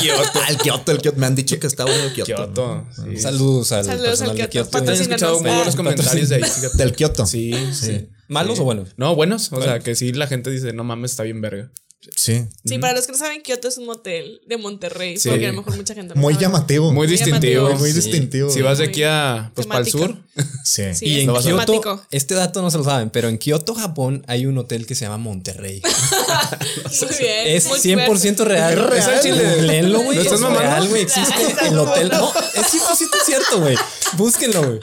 Kioto.
Al Kioto, el Kioto. Me han dicho que está bueno el Kioto.
Kioto. sí.
Saludos al
Saludos
personal
al
de
Kioto.
Kioto.
También he escuchado muy buenos comentarios de ahí, fíjate.
Del Kioto.
Sí, sí.
¿Malos o buenos?
No, buenos. O sea, que sí, la gente dice, no mames, está bien verga.
Sí.
Sí, para los que no saben, Kioto es un motel de Monterrey.
Sí.
Porque a lo mejor mucha gente no
Muy
sabe.
llamativo.
Muy distintivo.
llamativo.
Uh, Muy
Sí.
distintivo.
Si vas de aquí a, pues, para el
Temático.
sur.
Sí.
Sí,
Y
es
en
Lo vas a ver.
temático.
Kioto, este dato no se lo saben, pero en Kioto, Japón, hay un hotel que se llama Monterrey.
Muy bien.
Es
muy
100% real.
real. Es al chile.
Googleenlo, güey.
¿Lo estás
Es
mamando?
real, güey. Existe el hotel. No, es 100% cierto, güey. Búsquenlo, güey.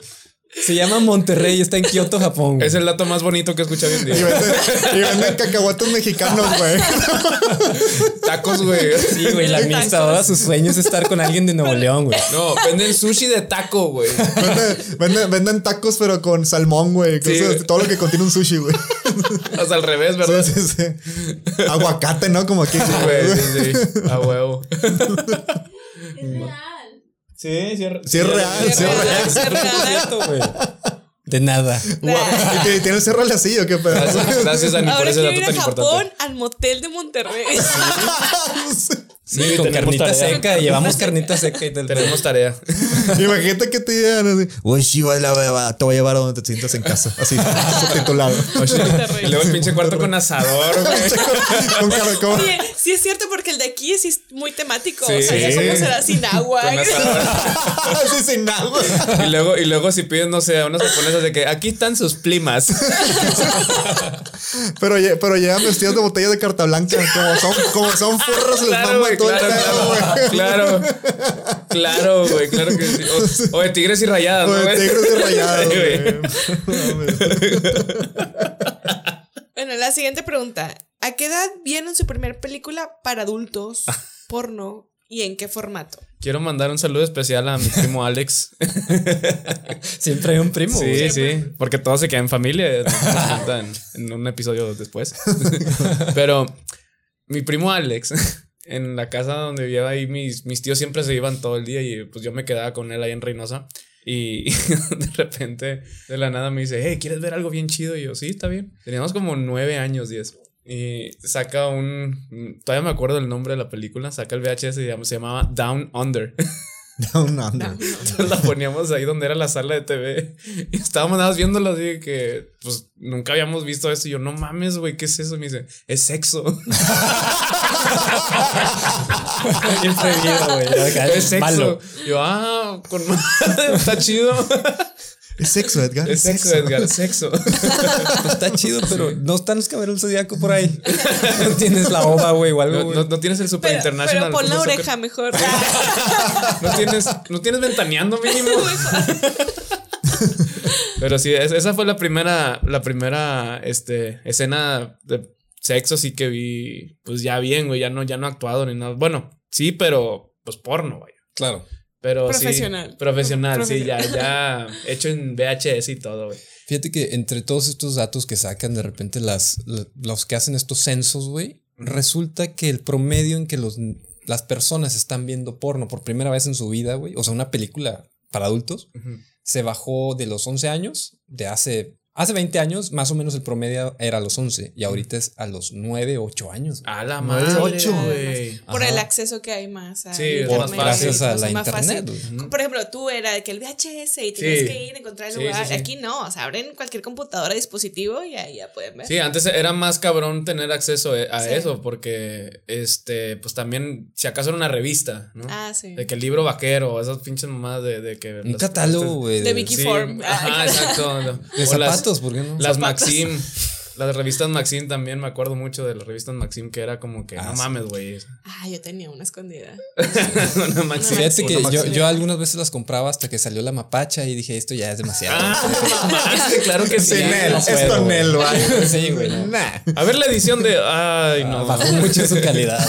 Se llama Monterrey, está en Kioto, Japón. güey.
Es el dato más bonito que he escuchado hoy en
Y
día.
venden, y venden cacahuates mexicanos, güey.
Tacos, güey.
Sí, güey, la administradora, su sueño es estar con alguien de Nuevo León, güey.
No, venden sushi de taco, güey.
Venden, venden- venden tacos, pero con salmón, güey.
Sí,
cosas-
güey.
Todo lo que contiene un sushi, güey.
O sea, al revés, ¿verdad?
Sí, sí, sí. Aguacate, ¿no? Como aquí.
Sí, güey, sí, sí. A huevo.
Es real.
Sí, sí,
Sí es real, sí es real.
Sí es real.
De nada.
Guau, ¿Y te- tiene el cerro así o qué pedazo?
Gracias, gracias Dani, por
Ahora
ese
quiero
dato
ir a
tan
Japón
importante.
al motel de Monterrey.
Sí,
Sí,
con
tenemos
carnita
tarea.
seca. Llevamos carnita seca y tal.
Tenemos tarea.
Imagínate que te digan así. Uy, sí, güey, la verdad, te voy a llevar a donde te sientas en casa. Así, subtitulado.
Y luego el pinche cuarto con asador, güey.
Con caracol.
Oye, sí es cierto porque el de aquí sí es muy temático. o
Sí.
sea, ya cómo será sin agua.
Con asador.
Así sin agua.
Y luego, y luego si piden, no sé, a unas japonesas de que aquí están sus plimas.
Pero, lle- pero llegan vestidos de botella de carta blanca. Como son, como son furros, les
Claro,
manda
güey,
todo
claro,
el pedo, güey.
claro, claro. Claro, güey, claro que sí. O, o de tigres y rayadas,
O
¿no,
de
güey?
tigres y rayados,
Sí, güey.
güey.
Bueno, la siguiente pregunta. ¿A qué edad vieron su primer película para adultos,
Ah.
porno y en qué formato?
Quiero mandar un saludo especial a mi primo Alex.
Siempre hay un primo.
Sí, sí, porque todos se quedan en familia nos cuentan en un episodio después. Pero mi primo Alex, en la casa donde vivía ahí, mis, mis tíos siempre se iban todo el día y pues yo me quedaba con él ahí en Reynosa. Y de repente, de la nada me dice, hey, ¿quieres ver algo bien chido? Y yo, sí, está bien. Teníamos como nueve años, diez. Y saca un... Todavía me acuerdo el nombre de la película. Saca el VHS y se llama- se llamaba Down Under.
Down under.
Entonces la poníamos ahí donde era la sala de TV. Y estábamos nada más viéndolo así de que, pues, nunca habíamos visto eso. Y yo, no mames, güey, ¿qué es eso? Y me dice, es sexo.
Bien prohibido, güey. Acá
es sexo.
malo.
Yo, ah, con madre, está chido.
Es sexo, Edgar.
Es sexo, Edgar, es sexo.
Pues está chido, pero no están los caballeros zodiaco por ahí. No tienes la ova, güey, o algo.
No,
güey.
no- no tienes el Super
Pero,
International. pues,
pero pon la
no sé qué-
oreja mejor.
No tienes, no tienes ventaneando mínimo. Pero sí, es- esa fue la primera, la primera este, escena de sexo sí que vi, pues ya bien, güey, ya no, ya no actuado ni nada. Bueno, sí, pero pues porno, güey.
Claro.
Pero Sí,
Profesional.
profesional,
Profesional.
sí, ya, ya hecho en VHS y todo, güey.
Fíjate que entre todos estos datos que sacan de repente las, la- los que hacen estos censos, güey, resulta que el promedio en que los, las personas están viendo porno por primera vez en su vida, güey, o sea, una película para adultos, se bajó de los 11 años, de hace, hace 20 años, más o menos el promedio era a los 11 y ahorita es a los 9, 8 años.
Ah,
güey.
A la
Nueve,
madre,
ocho.
güey.
Por
Ajá.
el acceso que hay más. a
Sí, es
internet,
más fácil.
Gracias a
o sea,
la
más
internet.
fácil.
güey.
Por ejemplo, tú era de que el VHS y tienes
Sí.
que ir a encontrar el
Sí,
lugar.
sí, sí.
Aquí no, o sea, abren cualquier computadora, dispositivo y ahí ya pueden ver.
Sí, antes era más cabrón tener acceso eh, a
Sí.
eso, porque este, pues también, si acaso era una revista, ¿no?
Ah, sí.
De que el libro vaquero, esas pinches mamadas de, de que.
Un
las-
catálogo, güey.
este-
de Vicky Form.
Ajá,
Ah,
exacto.
De
O las-
zapatos, ¿por qué no?
Las
Zapatos.
Maxim. Las revistas Maxim también, me acuerdo mucho de las revistas Maxim, que era como que,
Ah,
no
sí.
mames, güey.
Ah, yo tenía una escondida.
Una Maxim.
Fíjate que
Una
yo,
Maxim.
yo algunas veces las compraba hasta que salió la mapacha y dije, esto ya es demasiado.
Ah, mamaste, claro que sí.
Sin él,
no
es
puedo,
con
güey.
él, güey.
Sí, güey.
Nah.
A ver la edición de. Ay, no.
Bajó mucho su calidad.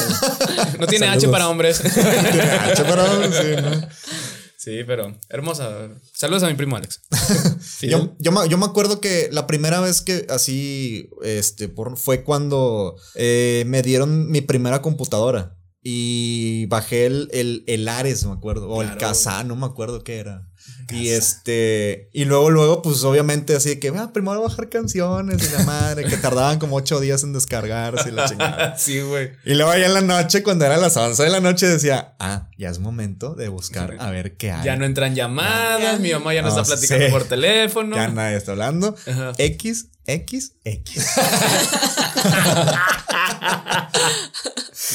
no tiene H
Ah, Saludos.
para hombres.
Tiene hacha, pero sí, ¿no?
Sí, pero hermosa. Saludos a mi primo Alex.
Yo, yo, me, yo me acuerdo que la primera vez que así este, por, fue cuando eh, me dieron mi primera computadora y bajé el, el, el Ares, me acuerdo, o el
Claro.
Kazaa, no me acuerdo qué era. Y
Kazaa.
este, y luego, luego, pues obviamente, así de que ah, primero bajar canciones y la madre, que tardaban como ocho días en descargarse y la chingada.
Sí, güey.
Y luego ya en la noche, cuando eran las 11 de la noche, decía, ah, ya es momento de buscar a ver qué hay.
Ya no entran llamadas, mi mamá ya no,
No,
está platicando
sí.
por teléfono.
Ya nadie está hablando.
Ajá.
X, X, X.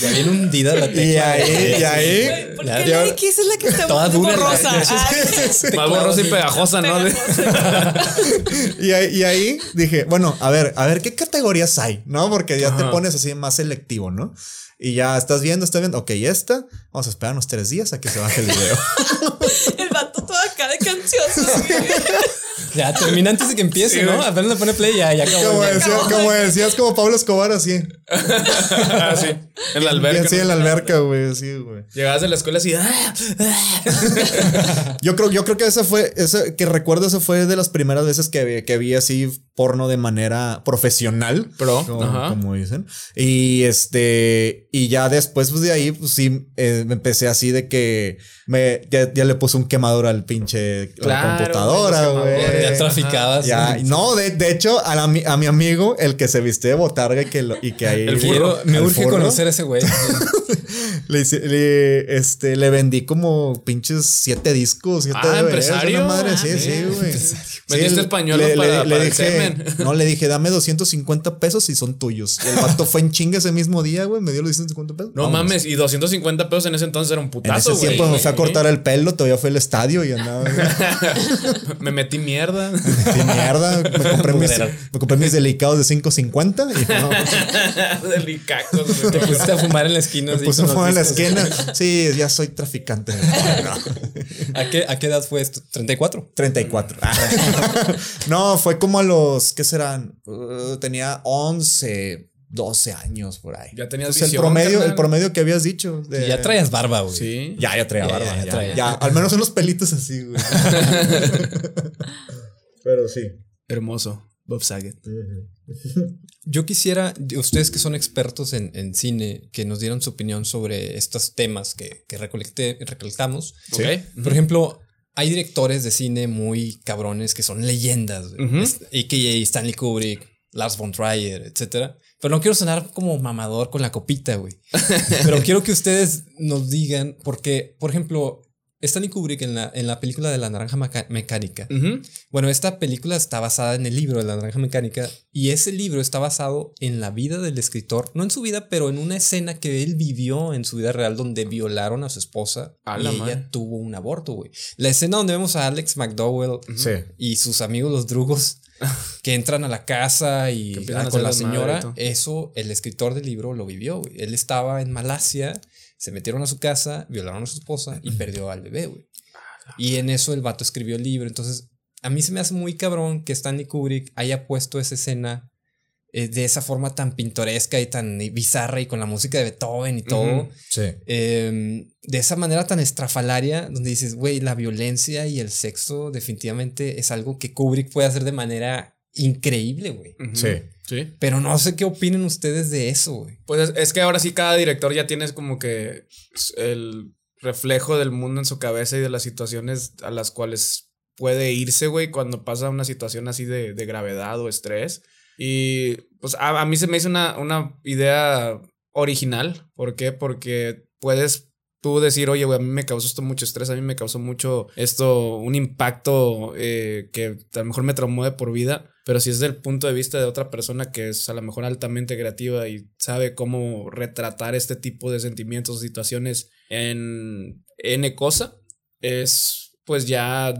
Ya bien hundida la tecla.
Y ahí, y ahí.
Güey, ¿Por
Ya,
qué
ya-
la X es la que está
Toda dura,
borrosa?
ya, ya, ya.
Ay,
Más borrosa y pegajosa, ¿no? De-
Y ahí, y ahí dije, bueno, a ver, a ver qué categorías hay, ¿no? Porque ya te
Ajá.
pones así más selectivo, ¿no? Y ya estás viendo, estás viendo, ok, esta, vamos a esperar unos tres días a que se baje el video.
El vato todo acá de cancioso.
Ya termina antes de que empiece,
Sí,
¿no?
güey.
Apenas le pone play y ya, ya acabó.
Como,
güey.
decía- como decías, como Pablo Escobar, así.
Así, Ah, en la
Y
alberca.
así en la alberca, güey, así, güey.
Llegabas de la escuela así. ¡ah!
Yo creo, yo creo que esa fue, esa, que recuerdo, esa fue de las primeras veces que, vi- que vi así porno de manera profesional.
Pro,
Como,
ajá.
como dicen. Y este, y ya después pues, de ahí, pues sí, eh, me empecé así de que me, ya, ya le puse un quemador al pinche a
Claro,
la computadora,
güey, los quemadores.
Ya
güey.
traficabas.
Eh, Ya, no, de, de hecho, a, la mi- a mi amigo, el que se viste de botarga y que, lo- y que ahí
El
Quiero-
burro.
me
al
urge
furro,
conocer a ese güey.
le, hice- le- este, le vendí como pinches siete discos, siete
Ah,
DVDs,
empresario.
Una madre, sí,
Ah,
sí,
mira.
güey.
Empresario.
Sí,
Vendiste
el-
pañuelos para- para el semen.
No, le dije, dame 250 pesos y son tuyos. Y el vato fue en chinga ese mismo día, güey. Me dio los 250 pesos.
No
Vámonos.
mames, y 250 pesos en ese entonces era un
En
putazo,
ese
güey.
tiempo me fue a cortar el pelo, todavía fue al estadio y andaba. güey.
Me metí mierda.
Sí, mierda. Me compré, mis,
Culero.
me compré mis delicados de 5.50 y no, pues,
Delicacos,
Te
güey.
pusiste a fumar en la esquina.
me
así,
puse
con los
fuego en la
discos.
esquina. Sí, ya soy traficante.
¿A qué, ¿A qué edad fue esto? ¿34?
34. no, fue como a los, ¿qué serán? Uh, tenía 11, 12 años por ahí.
Ya tenías
Pues el
visión,
promedio,
carnal.
el promedio que habías dicho. de-
Ya traías barba, güey.
Sí.
Ya, ya traía
Ya,
barba.
ya,
Ya,
ya traía.
ya. al menos unos pelitos así, güey. Pero sí.
Hermoso. Bob Saget.
Yo quisiera, de ustedes que son expertos en, en cine, que nos dieran su opinión sobre estos temas que, que recolecté- recolectamos.
Sí.
Por ejemplo, hay directores de cine muy cabrones que son leyendas, güey.
Ujú.
Es- AKA Stanley Kubrick, Lars von Trier, etcétera. Pero no quiero sonar como mamador con la copita, güey. Pero quiero que ustedes nos digan, porque, por ejemplo, Stanley Kubrick en la, en la película de la naranja Meca- mecánica,
Ujú.
bueno, esta película está basada en el libro de La Naranja Mecánica y ese libro está basado en la vida del escritor, no en su vida, pero en una escena que él vivió en su vida real donde violaron a su esposa
A
y
la
ella
madre.
tuvo un aborto, güey. La escena donde vemos a Alex McDowell
Sí.
y sus amigos los drugos que entran a la casa y
Que empiezan
ah,
a
con la
hacer desmadre y
señora,
todo.
eso el escritor del libro lo vivió, güey. Él estaba en Malasia, se metieron a su casa, violaron a su esposa y perdió al bebé, güey. Y en eso el vato escribió el libro. Entonces, a mí se me hace muy cabrón que Stanley Kubrick haya puesto esa escena eh, de esa forma tan pintoresca y tan bizarra y con la música de Beethoven y todo.
Ujú.
Sí.
eh, de esa manera tan estrafalaria, donde dices, güey, la violencia y el sexo definitivamente es algo que Kubrick puede hacer de manera increíble, güey.
Ujú.
Sí.
Sí.
Pero no sé qué opinen ustedes de eso, güey.
Pues es, es que ahora sí cada director ya tienes como que s- el reflejo del mundo en su cabeza y de las situaciones a las cuales puede irse, güey, cuando pasa una situación así de, de gravedad o estrés. Y pues a, a mí se me hizo una, una idea original. ¿Por qué? Porque puedes tú decir, oye, güey, a mí me causó esto mucho estrés, a mí me causó mucho esto, un impacto eh, que a lo mejor me traumó de por vida, pero si es del punto de vista de otra persona que es a lo mejor altamente creativa y sabe cómo retratar este tipo de sentimientos, situaciones en N cosa, es pues ya,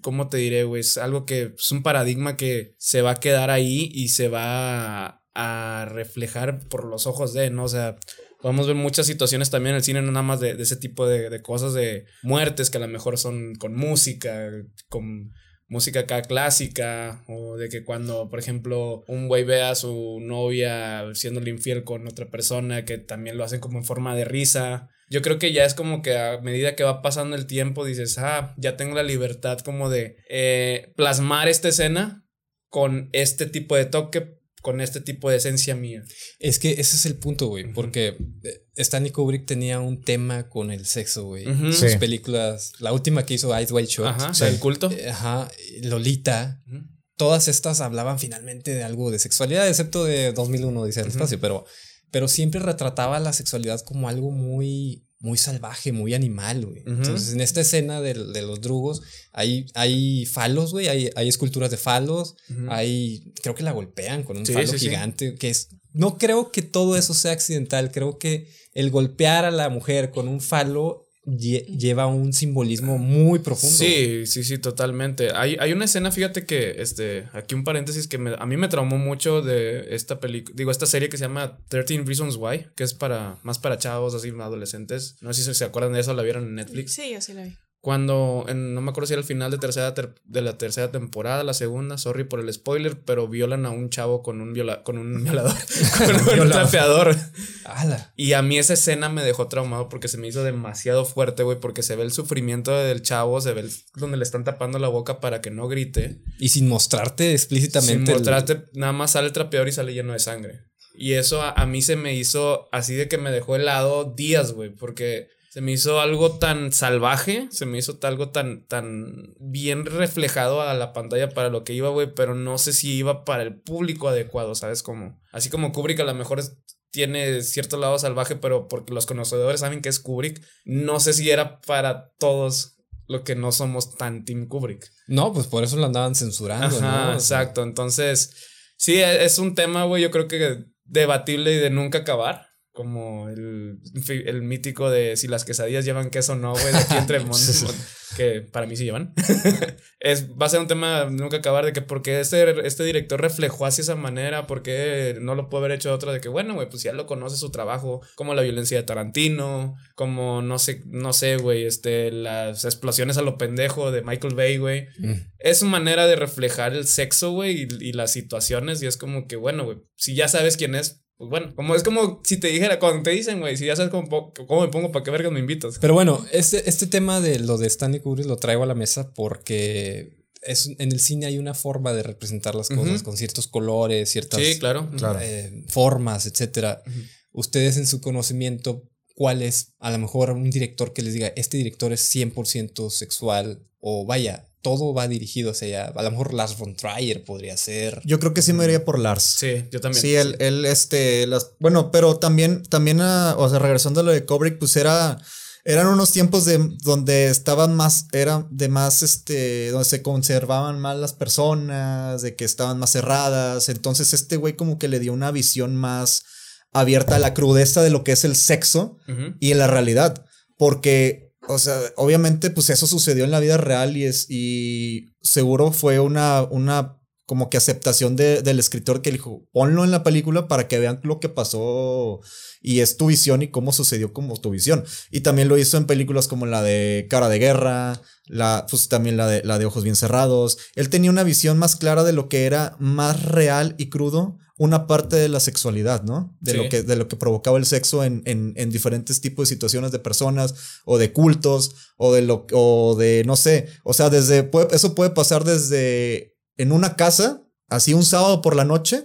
¿cómo te diré, güey? Es algo que es un paradigma que se va a quedar ahí y se va a reflejar por los ojos de, ¿no? O sea, Podemos ver muchas situaciones también en el cine, no nada más de, de ese tipo de, de cosas, de muertes que a lo mejor son con música, con música acá clásica, o de que cuando, por ejemplo, un güey ve a su novia siéndole infiel con otra persona, que también lo hacen como en forma de risa. Yo creo que ya es como que a medida que va pasando el tiempo dices, ah, ya tengo la libertad como de eh, plasmar esta escena con este tipo de toque, con este tipo de esencia mía.
Es que ese es el punto, güey, porque eh, Stanley Kubrick tenía un tema con el sexo, güey.
Ujú.
Sus
Sí.
películas, la última que hizo Ice White Shot,
Ajá, o sea, el culto.
eh, ajá, Lolita,
Ujú.
todas estas hablaban finalmente de algo de sexualidad, excepto de 2001 dice el espacio, pero pero siempre retrataba la sexualidad como algo muy muy salvaje, muy animal, güey.
Ujú.
Entonces, en esta escena del- de, los drugos, hay, hay falos, güey, hay, hay esculturas de falos,
Ujú.
hay, creo que la golpean con un
Sí,
falo
sí, sí.
gigante, que es, no creo que todo eso sea accidental, creo que el golpear a la mujer con un falo lle- lleva un simbolismo muy profundo.
Sí, sí, sí, totalmente. Hay, hay una escena, fíjate que, este, aquí un paréntesis que me- a mí me traumó mucho de esta película, digo, esta serie que se llama 13 Reasons Why, que es para, más para chavos, así, adolescentes. No sé si se acuerdan de eso, la vieron en Netflix.
Sí, yo sí la vi.
Cuando, en- no me acuerdo si era el final de, tercera ter- de la tercera temporada, la segunda, sorry por el spoiler, pero violan a un chavo con un, viola- con un violador, con un trapeador.
¡Hala!
Y a mí esa escena me dejó traumado porque se me hizo demasiado fuerte, güey, porque se ve el sufrimiento del chavo, se ve el- donde le están tapando la boca para que no grite.
Y sin mostrarte
Sin
explícitamente. el-
mostrarte, nada más sale el trapeador y sale lleno de sangre. Y eso a, a mí se me hizo así de que me dejó helado días, güey, porque se me hizo algo tan salvaje, se me hizo algo tan, tan bien reflejado a la pantalla para lo que iba, güey, pero no sé si iba para el público adecuado, ¿sabes? Como, así como Kubrick a lo mejor es- tiene cierto lado salvaje, pero porque los conocedores saben que es Kubrick, no sé si era para todos lo que no somos tan Team Kubrick.
No, pues por eso lo andaban censurando. ¿no?
Ajá,
O sea,
exacto. Entonces, sí, e- es un tema, güey, yo creo que debatible y de nunca acabar. Como el, fi- el mítico de si las quesadillas llevan queso o no, güey, de aquí entre mon- mon- que para mí sí llevan. es, va a ser un tema nunca acabar de que porque este, este director reflejó así esa manera, porque no lo puede haber hecho de otra, de que bueno, güey, pues ya lo conoce su trabajo, como la violencia de Tarantino, como no sé, no sé, güey, este, las explosiones a lo pendejo de Michael Bay, güey
mm,
es su manera de reflejar el sexo, güey, y, y las situaciones. Y es como que, bueno, güey, si ya sabes quién es, pues bueno, como es como si te dijera, cuando te dicen, güey, si ya sabes cómo, po- cómo me pongo, ¿para qué vergas me invitas?
Pero bueno, este, este tema de lo de Stanley Kubrick lo traigo a la mesa porque es, en el cine hay una forma de representar las cosas
Ujú.
con ciertos colores, ciertas
Sí, claro.
Claro.
eh, formas, etcétera.
Ujú.
Ustedes en su conocimiento, ¿cuál es a lo mejor un director que les diga, este director es 100% sexual o vaya, todo va dirigido hacia allá? A lo mejor Lars von Trier podría ser.
Yo creo que sí me iría por Lars.
Sí, yo también.
Sí, él, él, este, las, bueno, pero también, también, ah, o sea, regresando a lo de Kubrick, pues era, eran unos tiempos de donde estaban más, era de más, este, donde se conservaban más las personas, de que estaban más cerradas, entonces este güey como que le dio una visión más abierta a la crudeza de lo que es el sexo
Ujú.
y en la realidad. Porque, o sea, obviamente, pues eso sucedió en la vida real y es. Y seguro fue una. una como que aceptación de- del escritor que dijo, ponlo en la película para que vean lo que pasó y es tu visión y cómo sucedió como tu visión. Y también lo hizo en películas como la de Cara de Guerra, la, pues también la de, la de Ojos Bien Cerrados. Él tenía una visión más clara de lo que era más real y crudo, una parte de la sexualidad, ¿no? De,
Sí.
lo, que, de lo que provocaba el sexo en, en, en diferentes tipos de situaciones de personas o de cultos o de lo o de no sé, o sea, desde puede- eso puede pasar desde en una casa, así un sábado por la noche,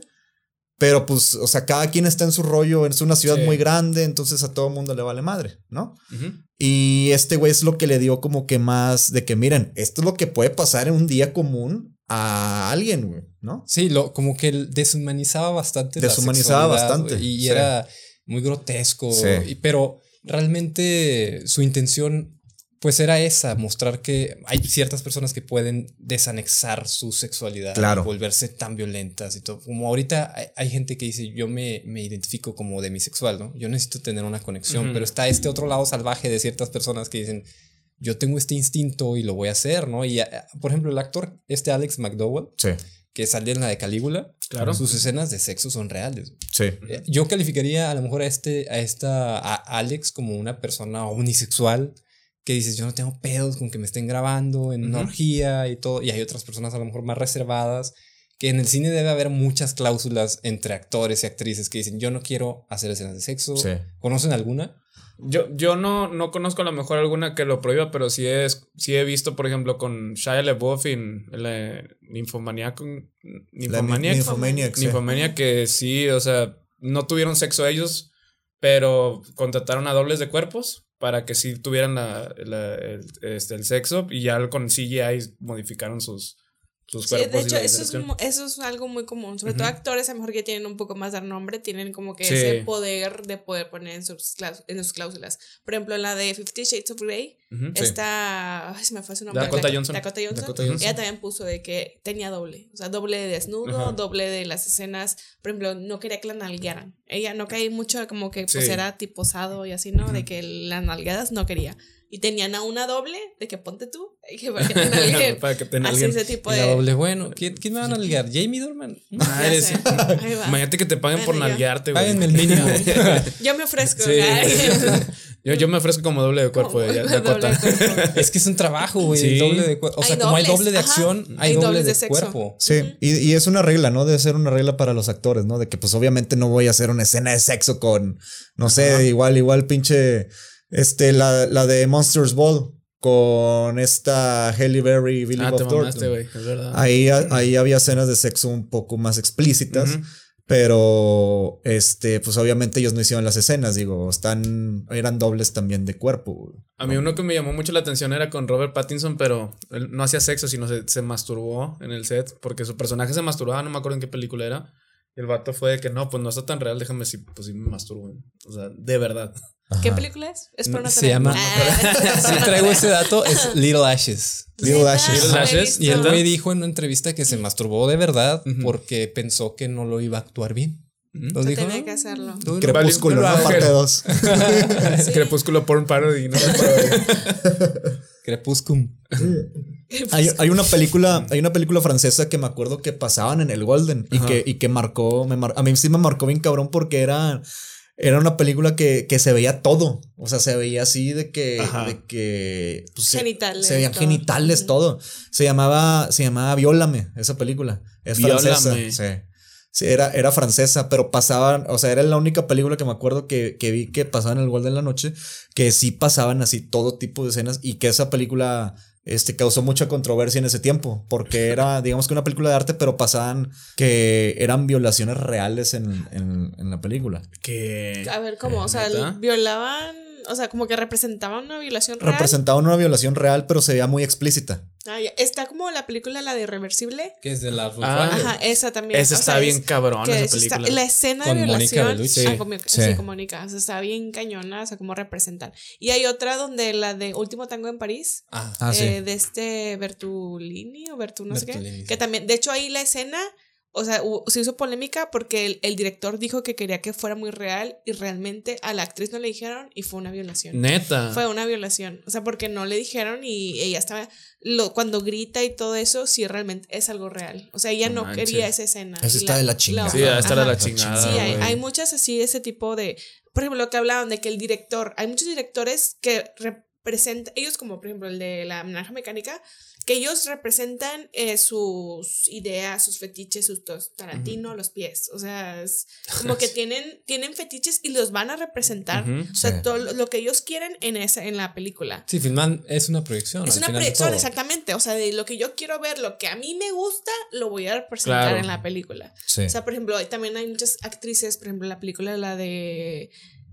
pero pues, o sea, cada quien está en su rollo, es una ciudad
Sí.
muy grande, entonces a todo mundo le vale madre, ¿no?
Ujú.
Y este güey es lo que le dio como que más de que miren, esto es lo que puede pasar en un día común a alguien, güey, ¿no?
Sí, lo, como que deshumanizaba bastante. la
Deshumanizaba
sexualidad,
bastante,
güey, Y
sí.
era muy grotesco.
Sí.
y- pero realmente su intención, pues era esa, mostrar que hay ciertas personas que pueden desanexar su sexualidad.
Claro.
y Volverse tan violentas y todo. Como ahorita hay, hay gente que dice, yo me, me identifico como demisexual, ¿no? Yo necesito tener una conexión.
Ujú.
Pero está este otro lado salvaje de ciertas personas que dicen... Yo tengo este instinto y lo voy a hacer, ¿no? Y, ah, por ejemplo, el actor, este Alex McDowell,
Sí,
que salía en la de Calígula,
Claro.
sus escenas de sexo son reales.
sí.
Eh, Yo calificaría a lo mejor a este, a esta, a Alex como una persona unisexual que dices, yo no tengo pedos con que me estén grabando en una
Ujú.
orgía y todo, y hay otras personas a lo mejor más reservadas, que en el cine debe haber muchas cláusulas entre actores y actrices que dicen, yo no quiero hacer escenas de sexo.
Sí.
¿Conocen alguna?
Yo, yo no, no conozco a lo mejor alguna que lo prohíba, pero sí, es, sí he visto, por ejemplo, con Shia LaBeouf eh, en la Ninfomaniac.
La
Ninfomaniac.
ni- Nymphomaniac, sí.
Ninfomania que sí, o sea, no tuvieron sexo ellos, pero contrataron a dobles de cuerpos para que sí tuvieran la- la- el, este, el sexo y ya con CGI modificaron sus, sus
Sí,
cuerpos.
de
y
hecho,
la
eso es,
dirección.
mu- eso es algo muy común. Sobre todo
Ujú.
actores, a lo mejor que tienen un poco más de nombre, tienen como que
Sí.
ese poder de poder poner en sus, claus- en sus cláusulas. Por ejemplo, en la de Fifty Shades of Grey,
Ujú.
esta. Ay, se me fue su nombre.
Dakota
Dak-
Johnson.
Dakota Johnson.
Dakota
Ujú.
Ella también puso de que tenía doble, o sea, doble de desnudo,
Ajá.
doble de las escenas, por ejemplo, no quería que la nalguearan. Ella no caía mucho como que pues
Sí.
era tiposado y así, ¿no? De que las nalgadas no quería. Y tenían a una doble de que ponte tú y que para que te nalguen.
para que tenga
Así
alguien.
ese tipo
Y la
de...
doble, bueno, ¿quién, quién me van a ligar? ¿Jamie Dorman?
Ya
Madre,
sé.
sí.
Ahí va.
Imagínate que te paguen por
Bueno, ya.
nalguearte, güey.
Páguenme el mínimo.
Yo me ofrezco.
Sí.
ay.
Yo, yo me ofrezco como doble de cuerpo de, Ah,
Doble
Dakota.
cuerpo.
Es que es un trabajo, güey.
Sí.
el Doble de cuer- o
Hay
sea, como hay
dobles,
doble de
ajá.
acción, hay,
Hay
doble
dobles
de,
de sexo.
cuerpo.
Sí, y, y es una regla, ¿no? Debe ser una regla para los actores, ¿no? De que pues obviamente no voy a hacer una escena de sexo con, no sé, igual, igual pinche, este, la, la de Monsters Ball con esta Halle Berry y Billy
Ah,
Bob
te mamaste,
Thornton.
güey. Es verdad.
Ahí, a- ahí había escenas de sexo un poco más explícitas.
Ujú.
Pero, este, pues obviamente ellos no hicieron las escenas, digo, están, eran dobles también de cuerpo. güey.
A mí uno que me llamó mucho la atención era con Robert Pattinson, pero él no hacía sexo, sino se, se masturbó en el set, porque su personaje se masturbaba, no me acuerdo en qué película era. Y el vato fue de que no, pues no está tan real, déjame si, pues si me masturbo. O sea, de verdad.
¿Qué película es? Es por no
Mm, Se
tener-
llama-
Ah.
Sí, traigo ese dato, es Little Ashes.
Little
Neta,
Ashes.
Little
no he
Ashes,
visto.
Y el
¿Neta?
güey dijo en una entrevista que se masturbó de verdad
Ujú.
porque pensó que no lo iba a actuar bien.
Ujú.
Entonces dijo,
tenía que
"Ah,
hacerlo".
tú lo-
Crepúsculo,
Valió-
¿no?
Ángel.
Parte 2.
Sí.
Crepúsculo porn parody. ¿no?
Crepúsculo.
Hay, hay una película, hay una película francesa que me acuerdo que pasaban en el Golden y que, y que marcó, me mar- a mí sí me marcó bien cabrón porque era, era una película que, que se veía todo. O sea, se veía así de que,
Ajá.
de que pues, se-
Genitales,
Se veían
todo.
genitales, todo. Se llamaba, se llamaba Viólame, esa película. Es francesa.
Viólame.
Sí. Sí, era, era francesa, pero pasaban, o sea, era la única película que me acuerdo que, que vi que pasaban en el Golden de la Noche, que sí pasaban así todo tipo de escenas y que esa película este, causó mucha controversia en ese tiempo, porque era, digamos que una película de arte, pero pasaban que eran violaciones reales en, en- en la película.
que...
A ver, ¿cómo? O sea,
¿Neta?
violaban, o sea, como que representaban una violación real.
Representaban una violación real, pero se veía muy explícita.
Ah, ya. está como la película, la de Irreversible.
Que es de la Ruth
Ah.
Wagner.
Ajá, esa también.
Esa
O
está
sea,
bien
es-
cabrón,
que
esa
eso está-
película.
la escena
Con
de
Mónica
violación
Bellucci.
ah, con mi-
Sí.
sí, con Mónica, o sea, está bien cañona, o sea, como representan. Y hay otra donde la de Último Tango en París,
Ah.
Ah, sí.
eh, de este Bertolini o Bertu no sé qué,
Bertolini,
que
sí.
también, de hecho ahí la escena, o sea, hu- se hizo polémica porque el, el director dijo que quería que fuera muy real y realmente a la actriz no le dijeron y fue una violación.
Neta.
Fue una violación, o sea, porque no le dijeron y ella estaba, lo, cuando grita y todo eso, sí realmente es algo real. O sea, ella
No
no,
manches.
quería esa escena.
Eso está de la chingada.
Sí, a estar a
Ah, Ajá.
la chingada.
Ah,
Sí, hay,
güey.
hay muchas así, ese tipo de. Por ejemplo, lo que hablaban de que el director. Hay muchos directores que representan. Ellos, como por ejemplo el de la naranja mecánica, que ellos representan eh, sus ideas, sus fetiches, sus tos- Tarantino, los pies. O sea, es como que tienen, tienen fetiches y los van a representar.
Ujú.
O sea,
Sí.
todo lo- lo que ellos quieren en, esa, en la película.
Sí, Filman es una proyección.
Es
al
una
final de
proyección,
todo.
exactamente. O sea, de lo que yo quiero ver, lo que a mí me gusta, lo voy a representar
Claro.
en la película.
Sí.
O sea, por ejemplo, hay- también hay muchas actrices, por ejemplo, la película, la de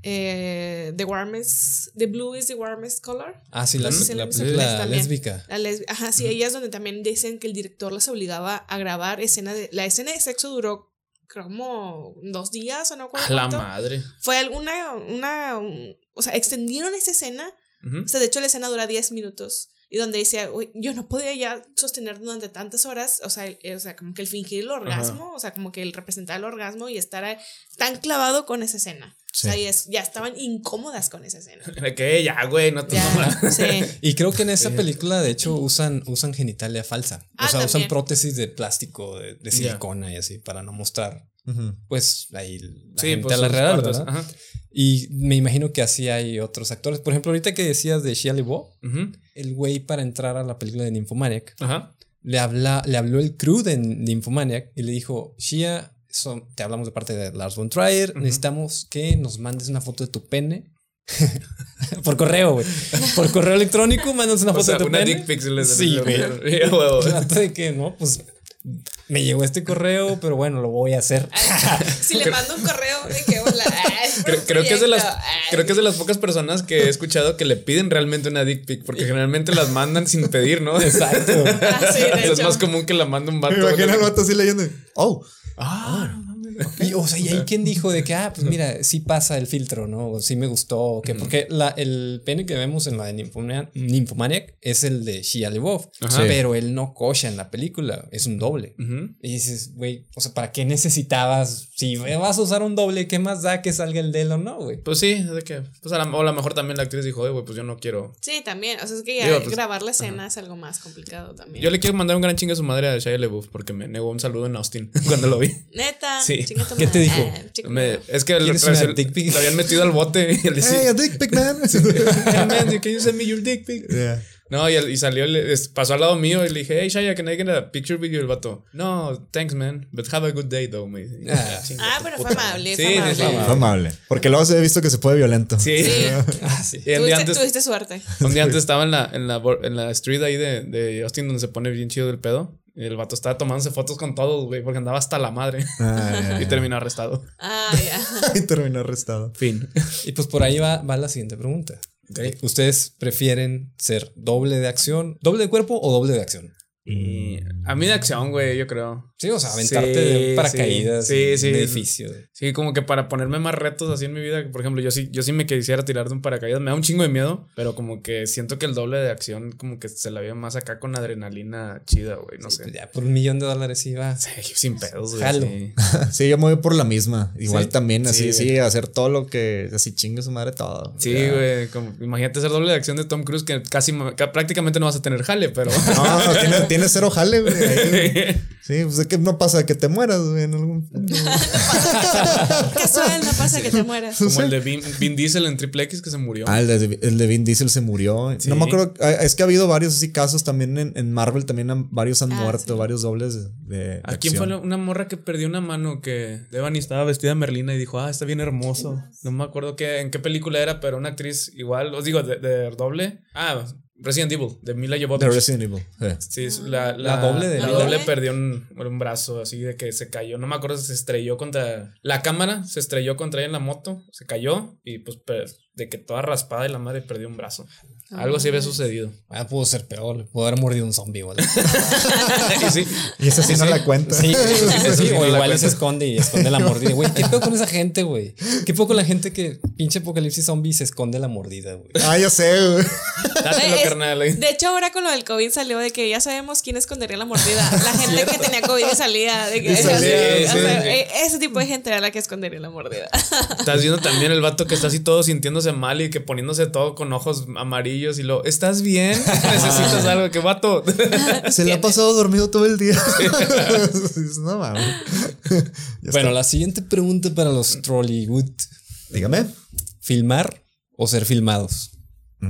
eh, The Warmest, The Blue is the Warmest Color.
Ah, sí, la,
No sé si
la
la-
película
también.
lésbica.
La lesbi- Ajá, sí, ahí es donde también dicen que el director las obligaba a grabar escena de. La escena de sexo duró creo, como dos días o no
A
cuánto.
la madre.
Fue alguna, una, un- o sea, extendieron esa escena
Ujú.
o sea, de hecho la escena dura 10 minutos. Y donde dice, "Uy, yo no podía ya sostener durante tantas horas, o sea, el- eh, o sea como que el fingir el orgasmo, o sea, como que el representar el orgasmo y estar eh, tan clavado con esa escena.
Sí.
O sea, y es- ya estaban incómodas con esa escena.
De que ya, güey, no te mamas.
Ya, sí.
Y creo que en esa película, de hecho, usan, usan genitalia falsa.
Ah,
o sea, usan
también.
prótesis de plástico, de, de
Ya.
silicona y así, para no mostrar,
Ujú.
pues, ahí la
Sí, pues.
genitalia
sus
real,
partes.
¿verdad?
Ajá.
Y me imagino que así hay otros actores. Por ejemplo, ahorita que decías de Shia LaBeouf,
Ujú.
el güey para entrar a la película de Nymphomaniac,
Ajá.
le, habla, le habló el crew de Nymphomaniac y le dijo, Shia, son- te hablamos de parte de Lars von Trier,
Ujú.
necesitamos que nos mandes una foto de tu pene. Por correo, güey. Por correo electrónico, mándanos una
O
foto
sea,
de tu
una
pene.
dick pixel es
Sí, güey.
Ya, huevo.
Trato de que, no, pues me llegó este correo, pero bueno, lo voy a hacer.
si le mando un correo de que hola. ay,
Creo, creo que es de las,
proyecto, ah, ay.
creo que es de las pocas personas que he escuchado que le piden realmente una dick pic, porque generalmente las mandan sin pedir, ¿no?
Exacto.
Ah, sí, de
O sea, es
hecho.
más común que la manda un vato. Ah,
Me imagino al vato así leyendo. Oh,
Y, o sea, y ahí quien dijo de que, ah, pues mira, sí pasa el filtro, ¿no? O sí me gustó, o que porque la, el pene que vemos en la de Nymphomania- Nymphomaniac es el de Shia LaBeouf,
Ajá.
pero él no cocha en la película, es un doble.
Ujú.
Y dices, güey, o sea, ¿para qué necesitabas? Si vas a usar un doble, ¿qué más da que salga el de él o no, güey?
Pues sí, es de que. Pues a la, o a lo mejor también la actriz dijo, "Oye, güey, pues yo no quiero.
Sí, también. O sea, es que ya
Digo, pues,
grabar la escena es algo más complicado también.
Yo le quiero mandar un gran chingue a su madre a Shia LaBeouf porque me negó un saludo en Austin cuando lo vi.
Neta,
Sí.
chinga tu
¿Qué te dijo?
Ah, chico.
Me- es que el,
¿Quieres una
el-
dick pic?
le habían metido al bote y él decía,
Hey, a dick pic man.
"Hey, man, you- can you send me your dick pic?"
Yeah.
No, y, el- y salió, el- es- pasó al lado mío y le dije, hey Shaya, can I get a picture with you? El vato, no, thanks man, but have a good day though, me dice.
Ah.
Chinga
Ah,
tu
pero fue
puta
amable.
madre. Sí,
fue amable.
sí,
fue
Fue amable. Porque luego se ha visto que se puede violento.
Sí.
Ah, sí.
Y el
Tuviste,
día antes,
tuviste suerte.
Un día antes estaba en la, en la, bor- en la street ahí de, de Austin donde se pone bien chido el pedo. Y el vato estaba tomándose fotos con todos, güey, porque andaba hasta la madre.
Ah,
y terminó arrestado.
Ah, ya.
y terminó arrestado.
Fin.
Y pues por ahí va, va la siguiente pregunta. ¿Ustedes prefieren ser doble de acción, doble de cuerpo o doble de acción?
Y a mí de acción, güey, yo creo.
Sí, o sea, aventarte
Sí,
de paracaídas,
sí,
de
sí.
edificio.
Sí, como que para ponerme más retos así en mi vida. Por ejemplo, yo sí, yo sí me quisiera tirar de un paracaídas. Me da un chingo de miedo, pero como que siento que el doble de acción como que se la veo más acá con adrenalina chida, güey. No
Sí,
sé.
pues ya por un millón de dólares iba.
Sí, sin pedos, güey.
Jalo.
sí.
Sí, yo me voy por la misma. Igual
Sí.
también, así,
Sí.
sí, hacer todo lo que. Así chingue su madre todo.
Sí,
Ya.
güey. como- Imagínate ser doble de acción de Tom Cruise que casi que prácticamente no vas a tener jale, pero.
No, no, tiene, tiene cero jale, güey. Ahí, Sí, pues es que no pasa que te mueras, güey, en algún punto.
Casual, no pasa que te mueras.
Como el de Vin, Vin Diesel en Triple X que se murió.
Ah, el de, el de Vin Diesel se murió.
Sí.
No me acuerdo. ah, Es que ha habido varios así casos también en, en Marvel. También han- varios han
Ah,
muerto,
sí.
varios dobles de. de
¿A quién fue
acción.
la- una morra que perdió una mano que Devani estaba vestida de Merlina y dijo, ah, está bien hermoso? No me acuerdo qué, en qué película era, pero una actriz igual, os digo, de, de doble. Ah, Resident Evil, de Mila
De
Jovovich.
Resident Evil. eh. sí.
Sí, es la,
La doble de
la
Mila.
doble perdió un, un brazo así de que se cayó. No me acuerdo si se estrelló contra la cámara, se estrelló contra ella en la moto, se cayó y pues per- de que toda raspada y la madre perdió un brazo. Algo así había sucedido.
Ah, pudo ser peor, le pudo haber mordido un zombie igual.
Y sí,
Y esa sí no la cuenta.
Sí, eso sí, eso sí,
no
o
la
igual y
cuento.
se esconde y esconde la mordida. Güey, ¿qué pedo con esa gente, güey? ¿Qué pedo con la gente que pinche apocalipsis zombie y se esconde la mordida, güey?
Ah, ya sé, güey.
dátelo,
Es-
carnal. ahí.
De hecho, ahora con lo del COVID salió de que ya sabemos quién escondería la mordida. La gente que tenía COVID y salía. De que,
Y salía,
o sea,
sí,
o sea,
sí.
e- Ese tipo de gente era la que escondería la mordida.
Estás viendo también el vato que está así todo sintiéndose mal y que poniéndose todo con ojos amarillos y lo, ¿estás bien? ¿Necesitas algo? ¿Qué vato?
Se la ha pasado dormido todo el día. no mames. Ya
bueno,
está.
la siguiente pregunta para los Trollywood:
dígame.
¿filmar o ser filmados?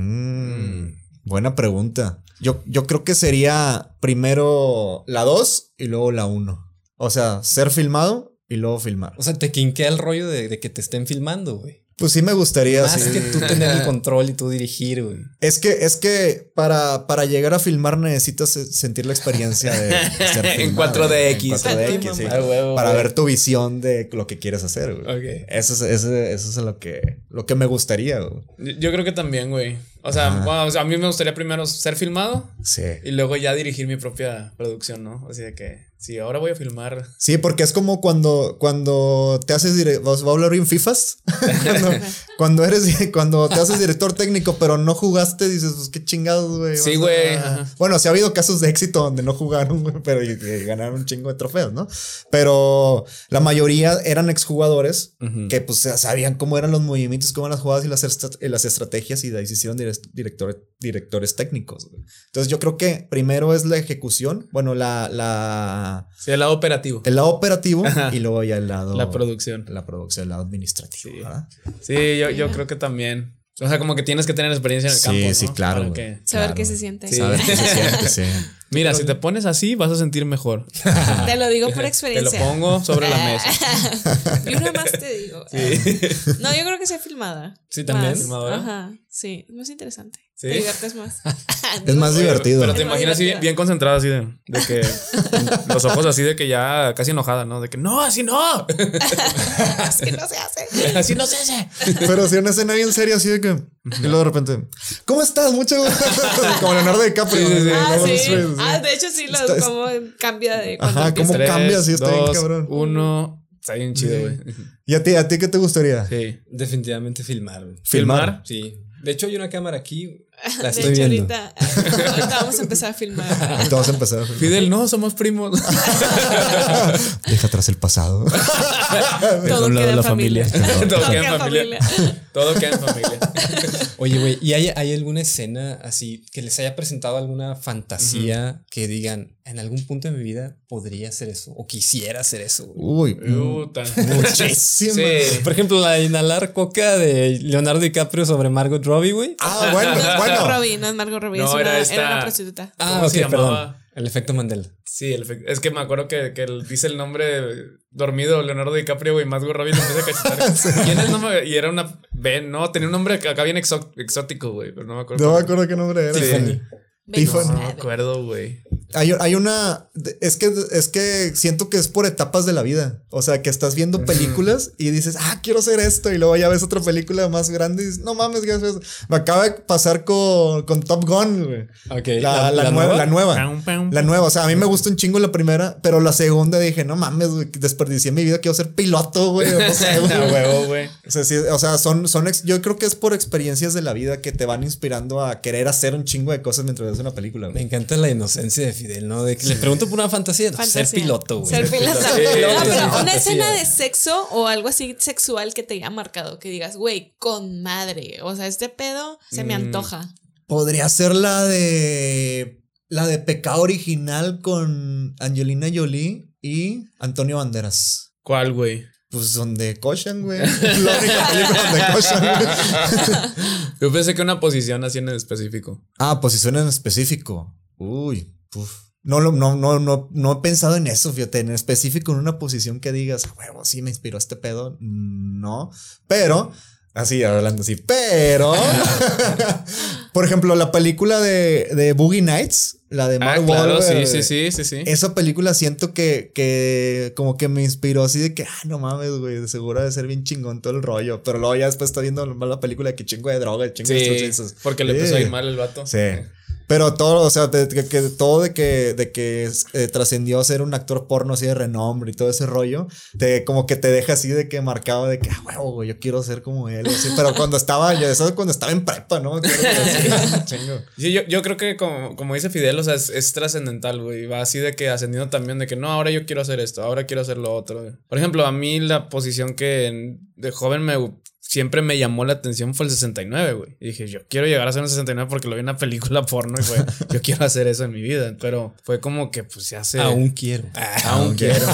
Mm, buena pregunta. Yo, yo creo que sería primero la 2 y luego la 1. O sea, ser filmado y luego filmar.
O sea, te quinquea el rollo de, de que te estén filmando, güey.
Pues sí me gustaría.
Más
sí.
que tú tener el control y tú dirigir, güey.
Es que, es que para, para llegar a filmar necesitas se- sentir la experiencia de ser
En
filmado,
4DX.
en 4DX, sí.
Ah, huevo,
para
güey.
ver tu visión de lo que quieres hacer, güey.
Ok.
Eso es, eso es- eso es lo que, lo que me gustaría, güey.
Yo yo creo que también, güey. O sea, bueno, o sea, a mí me gustaría primero ser filmado
Sí.
Y luego ya dirigir mi propia producción, ¿no? Así de que, sí, ahora voy a filmar.
Sí, porque es como cuando, cuando te haces director. ¿Va a hablar bien FIFAs? cuando, cuando eres, cuando te haces director técnico, pero no jugaste, dices, pues qué chingados, güey.
Sí,
o sea,
güey, ajá.
Bueno, sí ha habido casos de éxito donde no jugaron, güey, pero y- y ganaron un chingo de trofeos, ¿no? Pero la mayoría eran exjugadores que pues sabían cómo eran los movimientos, cómo eran las jugadas y las, estra- y las estrategias y de ahí se hicieron direct- director- directores técnicos. güey. Entonces yo creo que primero es la ejecución, bueno, la, la,
Sí, el lado operativo.
el lado operativo y luego ya el lado...
La producción.
La producción, el lado administrativo.
Sí.
¿verdad?
Sí, yo, yo creo que también. O sea, como que tienes que tener experiencia en el
Sí,
campo.
sí,
¿no?
claro,
Para
güey.
que-
Saber
Claro.
qué se siente.
Sí.
Saber qué se siente, sí.
Mira, si te pones así, vas a sentir mejor.
Te lo digo por
Te lo
experiencia.
pongo sobre la mesa.
Y una más te digo. No, yo creo que sea filmada.
Sí, también.
Más.
¿Filmadora?
Ajá. Sí, es más interesante.
Sí.
Te divertes más.
Es más divertido.
Pero te
Es más
imaginas así,
divertido.
bien concentrada, así de, de que los ojos así de que ya casi enojada, ¿no? De que no, así no.
Es que no se hace.
Así no se hace.
Pero si una escena bien seria así de que... Y luego de repente... ¿Cómo estás? Mucho gusto". Como Leonardo DiCaprio.
Sí, sí, sí.
Ah,
Leonardo
sí.
DiCaprio, sí.
Ah, de hecho, sí,
Está-
lo,
es-
como cambia de cuando
Ajá,
empieza.
¿cómo cambia si está bien
dos,
cabrón?
Uno. Está bien chido, güey.
¿Y a ti, a ti qué te gustaría?
Sí.
Definitivamente filmar, güey.
Filmar.
Sí. De hecho, hay una cámara aquí La
de
estoy
hecho,
viendo.
ahorita, ahorita vamos a empezar a filmar.
Entonces empezar a
Fidel, no, somos primos.
Deja atrás el pasado.
Todo
un lado
queda en
la
familia.
familia.
Todo queda en familia.
Todo queda en familia.
Oye, güey, ¿y hay, hay alguna escena así que les haya presentado alguna fantasía que digan, en algún punto de mi vida podría hacer eso o quisiera hacer eso? güey"? Eh,
Uy.
Puta.
Muchísima.
Sí.
Por ejemplo, la de inhalar coca de Leonardo DiCaprio sobre Margot Robbie, güey.
Ah, bueno,
No es Margot
bueno.
Robbie, no es Margot Robbie,
No,
es una-
era
era,
esta-
una prostituta.
Ah,
¿Cómo
ok,
se
perdón.
llamaba?
El efecto Mandela.
Sí, el efecto- es que me acuerdo que, que él dice el nombre de- dormido Leonardo DiCaprio, güey, más Robbie lo empieza a cachetar. ¿Quién es? No me- y era una. Ben, no, tenía un nombre acá bien exó- exótico, güey, pero no me acuerdo.
No me acuerdo qué nombre era.
Tiffany.
Tiffany.
No me acuerdo, güey.
Hay, hay una. Es que, es que siento que es por etapas de la vida. O sea, que estás viendo películas y dices, ah, quiero hacer esto. Y luego ya ves otra película más grande y dices, no mames, ¿qué haces? Me acaba de pasar con, con Top Gun, güey.
Ok.
¿Eh? La, la nueva, Ah, la nueva. La nueva. O sea, a mí me gusta un chingo la primera, pero la segunda dije, no mames, güey, desperdicié mi vida, quiero ser piloto, güey. o No sé, güey.
A huevo, güey.
O sea, sí, o sea, son, son ex- yo creo que es por experiencias de la vida que te van inspirando a querer hacer un chingo de cosas mientras ves una película.
Me
güey.
encanta la inocencia de Fidel, ¿no? De que le pregunto por una fantasía. no,
Fantasía.
Ser piloto, güey.
Ser piloto.
Sí.
Ah, pero una
Fantasía.
escena de sexo o algo así sexual que te haya marcado, que digas, güey, con madre. O sea, este pedo se me antoja.
Podría ser la de la de Pecado Original con Angelina Jolie y Antonio Banderas.
¿Cuál, güey?
Pues donde cochan, güey. La única película donde cochan, güey.
Yo pensé que una posición así en específico.
Ah, posición en específico. Uy, puf. No, lo- no, no, no, no he pensado en eso, fíjate, en específico en una posición que digas, "A huevo, sí me inspiró este pedo. No, pero, así hablando así, pero, por ejemplo, la película de, de Boogie Nights, la de
Ah,
Mark
claro, sí,
Wahlberg,
sí, sí, sí, sí.
Esa película siento que, que como que me inspiró así de que, ah, no mames, güey, de seguro ha de ser bien chingón todo el rollo. Pero luego ya después está viendo la película de que chingo de droga, chingo de
Sí,
sustancias.
porque le empezó a ir
Sí.
mal el vato.
Sí. Pero todo, o sea, de, que, que todo de que, de que eh, trascendió a ser un actor porno así de renombre y todo ese rollo, te, como que te deja así de que marcado de que, ah, huevo, güey, yo quiero ser como él. así. Pero cuando estaba, ya eso es cuando estaba en prepa, ¿no? Creo que así, chingo.
Sí, yo, yo creo que como, como dice Fidel, o sea, es, es trascendental, güey. Va así de que ascendiendo también, de que no, ahora yo quiero hacer esto, ahora quiero hacer lo otro. güey. Por ejemplo, a mí la posición que en- de joven me siempre me llamó la atención fue el 69, güey. Y dije, yo quiero llegar a ser un 69 porque lo vi en una película porno y fue, yo quiero hacer eso en mi vida. Pero fue como que, pues, ya se...
Aún quiero. Ah,
aún quiero.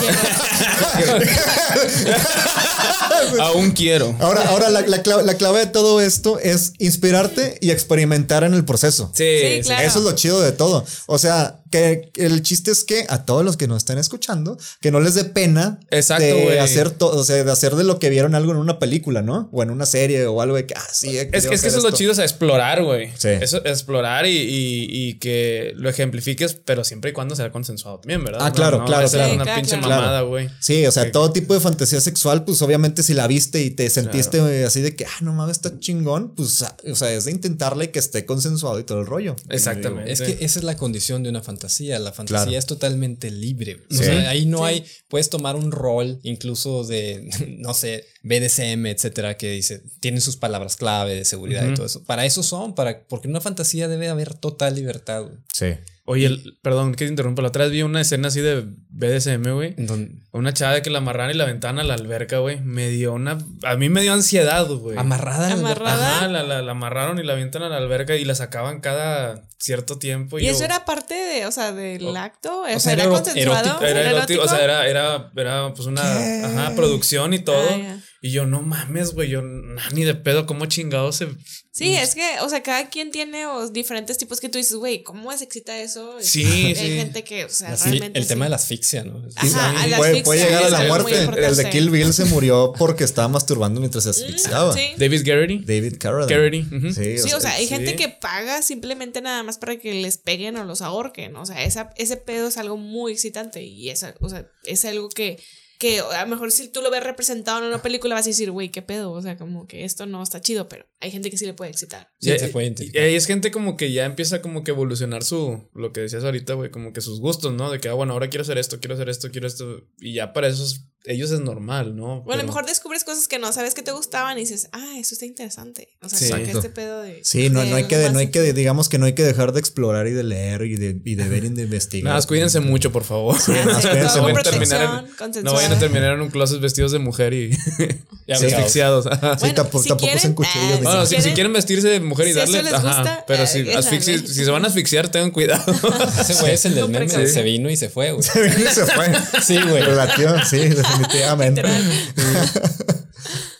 aún quiero.
Ahora, ahora la, la clave, la clave de todo esto es inspirarte y experimentar en el proceso.
Sí,
Sí,
sí.
claro.
Eso es lo chido de todo. O sea, que el chiste es que a todos los que nos están escuchando, que no les dé pena
Exacto, güey.
de hacer todo, o sea, de hacer de lo que vieron algo en una película, ¿no? O en una serie o algo de que ah, así.
Es, que- es que eso es lo chido, o sea, explorar, güey.
Sí.
Eso, explorar y, y- y que lo ejemplifiques, pero siempre y cuando sea consensuado también, ¿verdad?
Ah, claro, claro,
esa es
claro.
Sí,
una
claro,
pinche
claro.
mamada, güey.
Sí, o sea,
Que-
todo tipo de fantasía sexual, pues obviamente si la viste y te sentiste eh, así de que, ah, no mames, está chingón, pues, ah, o sea, es de intentarla y que esté consensuado y todo el rollo.
Exactamente.
Es
eh,
que esa es la condición de una fantasía. La fantasía
Claro.
es totalmente libre. güey.
Sí.
O sea, ahí no
Sí.
hay. Puedes tomar un rol incluso de, no sé, BDSM, etcétera, que dice, tienen sus palabras clave de seguridad y todo eso. Para eso son, para, porque en una fantasía debe haber total libertad. güey.
Sí.
Oye, el- perdón que te interrumpa. La otra vez vi una escena así de BDSM, güey.
En donde-
Una chava de que la amarraron y la ventana a la alberca, güey. Me dio una. A mí me dio ansiedad, güey.
amarrada. en la-
Amarrada.
Ajá, la, la- la amarraron y la avientan a la alberca y la sacaban cada cierto tiempo.
Y
yo-
eso era parte de, o sea, del acto. O sea,
sea,
era,
era
consensuado.
erótico,
Era
era
erótico,
erótico.
o sea, era, era, era, pues una ajá, producción y todo.
Ah, ya.
Y yo, no mames, güey, yo nah, ni de pedo, ¿cómo chingados se...?
Sí, es que, o sea, cada quien tiene o, diferentes tipos que tú dices, güey, ¿cómo se excita eso? Este,
Sí,
Pues, hay
sí.
gente que, o sea,
la-
realmente.
el tema
sí. Ah.
de la asfixia, ¿no?
Ajá, a la
Puede,
asfixia,
puede llegar a
es
la
algo muy
muerte. El de
importante.
Kill Bill se murió porque estaba masturbando mientras se asfixiaba.
Sí.
David Garrity.
David Carradine.
Carradine, ujú.
Sí,
Sí, o sea, hay
sí.
gente que paga simplemente nada más para que les peguen o los ahorquen. O sea, esa, ese pedo es algo muy excitante y esa, o sea, es algo que, que a lo mejor si tú lo ves representado en una película vas a decir, güey, qué pedo. O sea, como que esto no está chido, pero hay gente que sí le puede excitar.
Sí,
Y-
se puede
y-
identificar.
y es gente como que ya empieza como que evolucionar su, lo que decías ahorita, güey, como que sus gustos, ¿no? De que, ah, bueno, ahora quiero hacer esto, quiero hacer esto, quiero esto. Y ya para esos ellos es normal, ¿no?
Bueno, a
Pero-
lo mejor descubres cosas que no sabes que te gustaban y dices, ah, eso está interesante. O sea,
Sí.
como que
Exacto.
este pedo de.
Sí, no, no hay
de
que, no
más-
hay que, digamos que no hay que dejar de explorar y de leer y de, y de ver y de investigar.
Nada, más cuídense mucho, por favor.
Ah,
más
sí,
cuídense
con
mucho.
Terminar
protección,
No vayan
consensuada.
a terminar en un closet vestidos de mujer y y
Sí.
asfixiados. Ajá.
Sí, tampoco- tampoco usen cuchillos ni
ah,
No, no, si, si
quieren-
quieren vestirse de mujer y
si eso
darle.
les
ajá,
gusta,
pero
eh,
si,
échale.
asfixi- si se van a asfixiar, tengan cuidado.
Ese güey es el del
No,
meme.
pero-
Se vino y se fue, güey.
Se fue.
Sí, güey.
Relativo, sí, definitivamente.
Literal.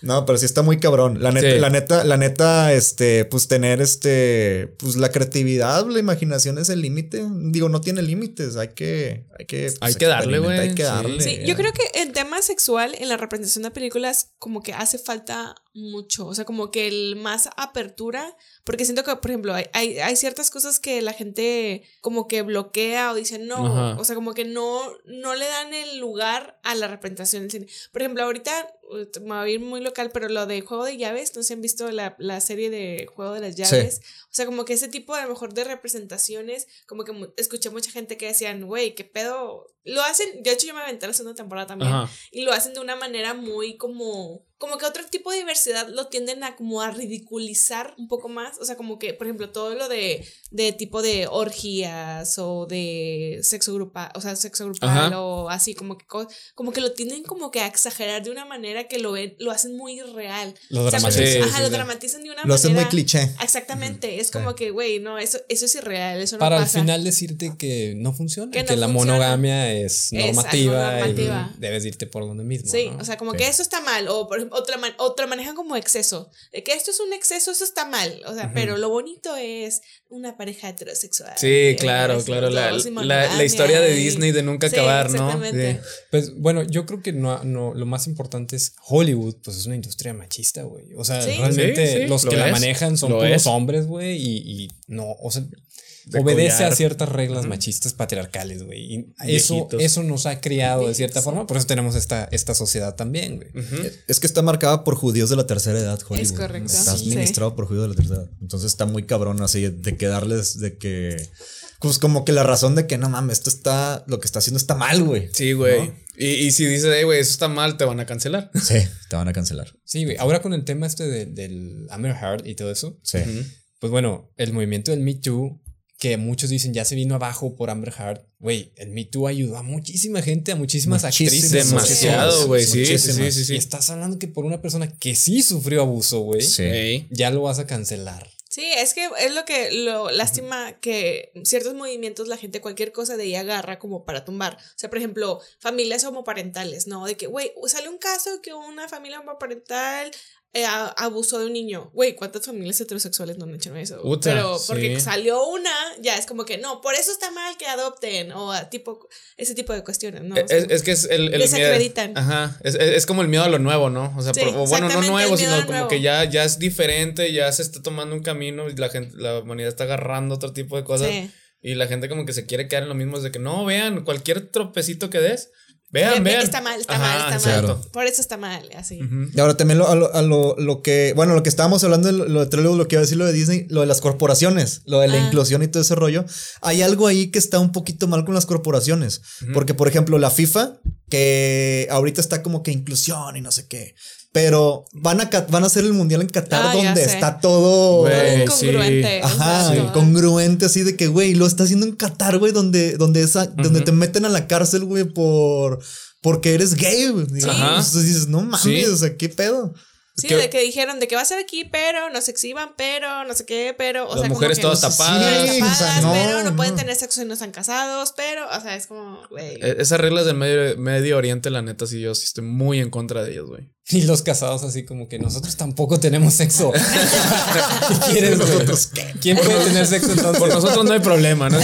No, pero sí está muy cabrón. La neta,
Sí.
la neta, la neta, este, pues tener este, pues la creatividad, la imaginación es el límite. Digo, no tiene límites. Hay que, hay que, pues,
Hay que darle, güey.
experimentar, Hay que
Sí.
darle.
Sí, yo creo que el tema sexual en la representación de películas como que hace falta mucho, o sea, como que el más apertura, porque siento que, por ejemplo, hay, hay, hay ciertas cosas que la gente como que bloquea o dice no,
Ajá.
o sea, como que no, no le dan el lugar a la representación del cine. Por ejemplo, ahorita uh, me voy a ir muy local, pero lo de Juego de Llaves, no sé si han visto la, la serie de Juego de las Llaves, o sea, como que ese tipo a lo mejor de representaciones, como que mu- escuché mucha gente que decían, güey, qué pedo. Lo hacen, de hecho yo me aventé la segunda temporada también.
Ajá.
Y lo hacen de una manera muy como... Como que otro tipo de diversidad lo tienden a como a ridiculizar un poco más. O sea, como que, por ejemplo, todo lo de, de tipo de orgías o de sexo grupal, o sea, sexo grupal
Ajá.
o así, como que, co- como que lo tienden como que a exagerar de una manera que lo, ven- lo hacen muy real.
Lo
O sea, como-
dramatizó.
Sí,
ajá,
sí,
lo
sí.
dramatizan de una manera...
Lo hacen muy cliché.
Exactamente, es
Sí.
como que, güey, no, eso, eso es irreal, eso no
Para al
pasa.
final decirte que no funciona,
Que
que,
no
la
funciona.
monogamia es
algo
normativa,
normativa.
y debes irte por donde mismo.
sí,
¿no?
o sea, como
Sí.
que eso está mal, o por ejemplo, otra, man- otra manejan como exceso, de que esto es un exceso, eso está mal, o sea, pero lo bonito es una pareja heterosexual.
Sí,
eh,
claro,
así,
claro. La,
todos sin
la- la
monogamia
historia de
y-
Disney de nunca
Sí,
acabar, ¿no?
exactamente.
Sí.
Pues bueno, yo creo que no, no, lo más importante es Hollywood, pues es una industria machista, güey. O sea,
Sí.
realmente
Sí, sí,
los
lo
que la
es,
manejan son
lo
los
es.
hombres, güey, y, y no, o sea,
De
obedece
collar.
a ciertas reglas machistas patriarcales, güey. Y eso,
Viejitos.
eso nos ha criado de cierta forma, por eso tenemos esta, esta sociedad también, güey.
Ujú.
Eh, Es que está marcada por judíos de la tercera edad, Hollywood.
Es correcto.
Está
Sí.
administrado por judíos de la tercera edad. Entonces está muy cabrón así de que darles, de que, pues como que la razón de que no mames, esto está, lo que está haciendo está mal, güey.
Sí, güey.
¿No?
Y, y si dices, "Ey, güey, eso está mal, te van a cancelar.
Sí, te van a cancelar.
Sí, güey. Ahora con el tema este de- del Amber Heart y todo eso,
Sí.
Pues bueno, el movimiento del Me Too, que muchos dicen ya se vino abajo por Amber Heard, güey, el Me Too ayudó a muchísima gente, a muchísimas
Muchísimas,
actrices.
Demasiado,
muchísimas,
güey. Sí, sí,
muchísimas.
sí, sí,
Y
sí.
estás hablando que por una persona que sí sufrió abuso, güey,
Sí.
Ey.
ya lo vas a cancelar.
Sí, es que es lo que lo lástima que ciertos movimientos la gente cualquier cosa de ahí agarra como para tumbar. O sea, por ejemplo, familias homoparentales, ¿no? De que, güey, sale un caso que una familia homoparental eh, a- abusó de un niño. Güey, ¿cuántas familias heterosexuales no han hecho eso?
Uta,
Pero porque
sí.
salió una, ya es como que no, por eso está mal que adopten o a tipo ese tipo de cuestiones, ¿no? O
E, Es,
sea,
es que es el, el
Desacreditan.
miedo. Ajá. Es, es- es como el miedo a lo nuevo, ¿no? O sea,
Sí,
por- o bueno, no
exactamente, el
nuevo,
miedo
sino
a lo
como
nuevo.
que ya, ya es diferente, ya se está tomando un camino y la gente, la humanidad está agarrando otro tipo de cosas.
sí.
Y la gente como que se quiere quedar en lo mismo, es de que no, vean, cualquier tropecito que des, vean,
Ve- ve que
vean.
Está mal, está
Ajá,
mal, está mal.
exacto.
Por eso está mal, así.
Ujú.
Y ahora también lo, a, lo, a lo- lo que, bueno, lo que estábamos hablando, de lo, lo de Trello, lo que iba a decir, lo de Disney, lo de las corporaciones, lo de la
Ah.
inclusión y todo ese rollo. Hay algo ahí que está un poquito mal con las corporaciones. Porque, por ejemplo, la FIFA, que ahorita está como que inclusión y no sé qué. Pero van a, Cat- van a hacer el mundial en Qatar
Ah, ya
donde
sé.
está todo.
Güey,
Todo
sí.
incongruente.
Ajá,
exacto.
congruente así de que, güey, lo está haciendo en Qatar, güey, donde, donde, esa, donde te meten a la cárcel, güey, por porque eres gay. güey.
Ajá.
Entonces dices, no mames,
Sí.
o sea, qué pedo.
Sí,
Que-
de que dijeron de que va a ser aquí, pero no se exhiban, pero no sé qué, pero. O
Las
sea,
mujeres
como que
todas tapadas.
mujeres
Sí, o sea,
tapadas,
no,
pero no, pueden
no.
tener sexo si no están casados, pero. O sea, es como. güey.
E- Esas reglas del medio, medio Oriente, la neta, sí, yo sí estoy muy en contra de ellos, güey.
Y los casados así como que nosotros tampoco tenemos sexo. ¿Qué quieres, güey?
Nosotros, ¿qué?
¿Quién puede tener sexo entonces?
Por nosotros no hay problema, ¿no?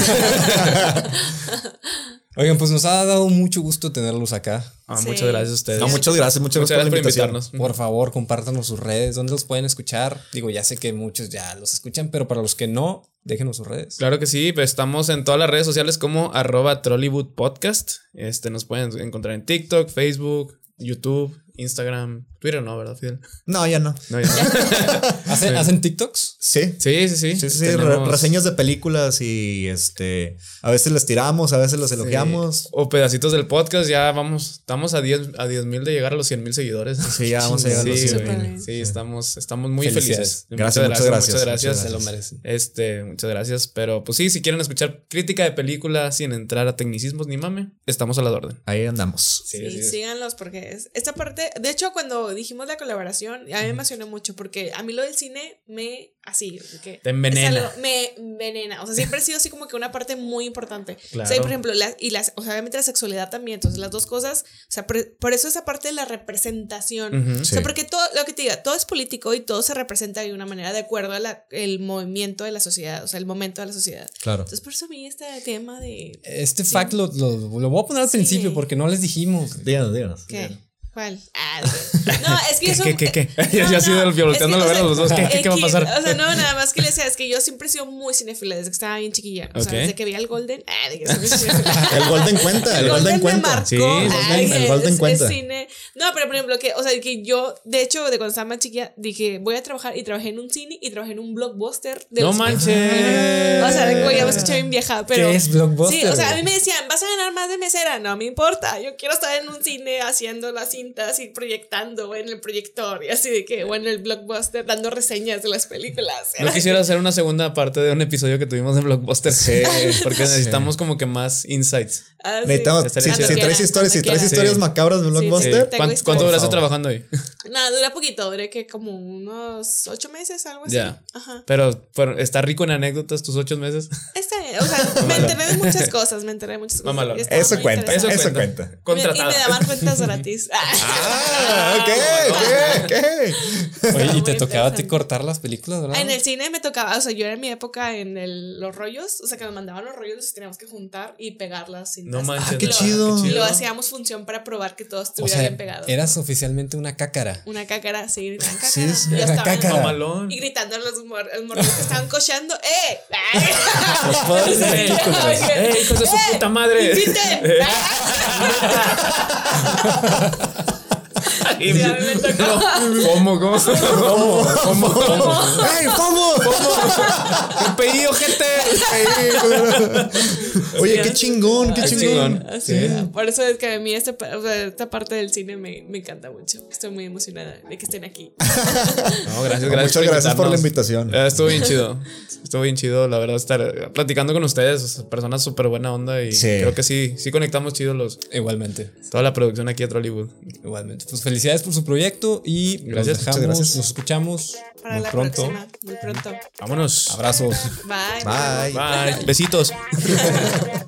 Oigan, pues nos ha dado mucho gusto tenerlos acá.
Ah,
Sí.
Muchas gracias a ustedes.
No, muchas gracias, muchas,
Muchas gracias por
invitación.
invitarnos.
Por favor, compártanos sus redes, dónde los pueden escuchar. Digo, ya sé que muchos ya los escuchan, pero para los que no, déjenos sus redes.
Claro que sí, pues, estamos en todas las redes sociales como arroba Trollywood Podcast. Este, nos pueden encontrar en TikTok, Facebook, YouTube, Instagram, Twitter no, ¿verdad, Fidel?
No, ya no.
No, ya no.
¿Hacen, ¿hacen TikToks?
Sí.
Sí, sí, sí.
Sí, sí, sí, re-
Tenemos-
reseñas de películas y este a veces las tiramos, a veces las elogiamos.
O pedacitos del podcast, ya vamos, estamos a 10 a 10 mil de llegar a los 100 mil seguidores.
Sí, ya vamos a llegar a los
Sí,
100,000.
Súper
güey.
bien.
Sí, estamos, estamos muy
Felicidades.
felices.
Gracias, muchas gracias, muchas
Muchas gracias.
Se lo merecen.
Este, muchas gracias. Pero pues sí, si quieren escuchar crítica de película sin entrar a tecnicismos ni mame, estamos a la orden.
Ahí andamos.
Sí,
sí, sí.
síganlos porque es- esta parte, de hecho cuando dijimos la colaboración, a mí me emocionó mucho porque a mí lo del cine me así, que
Te envenena.
es algo- me envenena, o sea, siempre ha sido así como que una parte muy importante. O sea, y
Claro.
por ejemplo, las, y las, o sea, obviamente la sexualidad también, entonces las dos cosas, o sea, pre- por, eso esa parte de la representación.
Ujú.
O sea,
Sí.
porque todo, lo que te diga, todo es político y todo se representa de una manera de acuerdo al movimiento de la sociedad, o sea, el momento de la sociedad.
Claro.
Entonces, por eso a mí este tema de...
Este fact lo, lo- lo voy a poner al
Sí.
principio porque no les dijimos.
Díganos, díganos.
¿Qué? ¿Cuál? Ah, no, es que
¿Qué,
eso...
qué, qué, qué?
eh,
Ya- ya así del- volteando
es
a ver
o
a
sea,
los dos, ¿qué- qué- qué va a
X,
pasar?
O sea, no, nada más que le decía, es que yo siempre he sido muy cinéfila desde que estaba bien chiquilla. O sea,
Ok.
desde que veía el Golden. Ah, de que siempre he sido cinéfila.
El Golden cuenta, el Golden
me
cuenta.
marcó.
Sí, el Golden-
Ay,
el
es-
Golden
es
cuenta.
cine. No, pero por ejemplo, que, o sea, que yo, de hecho, de cuando estaba más chiquilla, dije, voy a trabajar y trabajé en un cine y trabajé en un blockbuster. De
No
los-
manches.
O sea, vengo, ya me escuché bien vieja, pero.
¿Qué es Blockbuster?
Sí, o sea, a
güey?
mí me decían, vas a ganar más de mesera. No me importa, yo quiero estar en un cine haciendo las cintas y proyectando en el proyector y así de que, bueno, el blockbuster dando reseñas de las películas.
No quisiera hacer una segunda parte de un episodio que tuvimos de Blockbuster. Porque necesitamos como que más insights.
Así.
Necesitamos,
Estaría
si,
chido.
si traes
Cuando
historias, si
quieran,
traes
cuando
historias
quieran.
macabras de un
Sí, sí.
blockbuster,
Tengo
¿Cuánto, Eh, cuánto
historias.
duraste
Por favor.
trabajando ahí?
Nada, dura poquito, duré que como unos ocho meses, algo así.
Ya.
Ajá.
Pero, pero, está rico en anécdotas tus ocho meses.
Está bien, o sea, me enteré de muchas cosas, me enteré de muchas cosas.
Mámalo.
y estaba
eso
muy
cuenta, eso
interesante.
cuenta.
Eso
Y me-
Contratada.
Y me daban cuentas gratis.
Ah, ok, ok, ok.
Oye, y te
Muy
tocaba a ti
interesante.
cortar las películas, ¿verdad?
Ah. En el cine me tocaba, o sea, yo era en mi época en el- los rollos, o sea, que nos mandaban los rollos, los teníamos que juntar y pegar las cintas.
No manches.
Y
qué
lo-
chido.
Y lo hacíamos función para probar que todos
o
estuvieran
sea,
bien pegados.
eras oficialmente una cácara.
Una cácara, sí, gritan cácara.
Sí, sí,
Y yo
una
estaba en-
cácara.
Mamalón.
Y gritando a los mor- a los morros que estaban cocheando, ¡eh!
Los padres de películas.
¡Ey, hijos de su
¡Eh!
puta madre!
¡Inviten!
Y-
Sí, a mí me tocó.
¿Cómo, cómo? ¿Cómo? ¿Cómo? ¿Cómo?
¡Ey, cómo!
¡Qué pedido, gente!
Oye, qué chingón, qué
Qué
chingón.
chingón.
Así es. Por eso es que a mí esta, pa- o sea, esta parte del cine me, me encanta mucho. Estoy muy emocionada de que estén aquí.
No, gracias, gracias.
Muchas gracias por la
invitarnos.
invitación.
Eh, estuvo bien chido. Estuvo bien chido, la verdad, estar eh, platicando con ustedes. o sea, Personas súper buena onda y
Sí.
creo que sí, sí conectamos chido los,
Igualmente,
toda la producción aquí a Trollywood.
igualmente. Pues felicidades por su proyecto y
Gracias,
nos
muchas
dejamos,
gracias.
nos escuchamos
Para
muy
la
pronto.
próxima. Muy pronto.
Vámonos.
Abrazos.
Bye.
Bye.
Bye. Besitos.
Bye.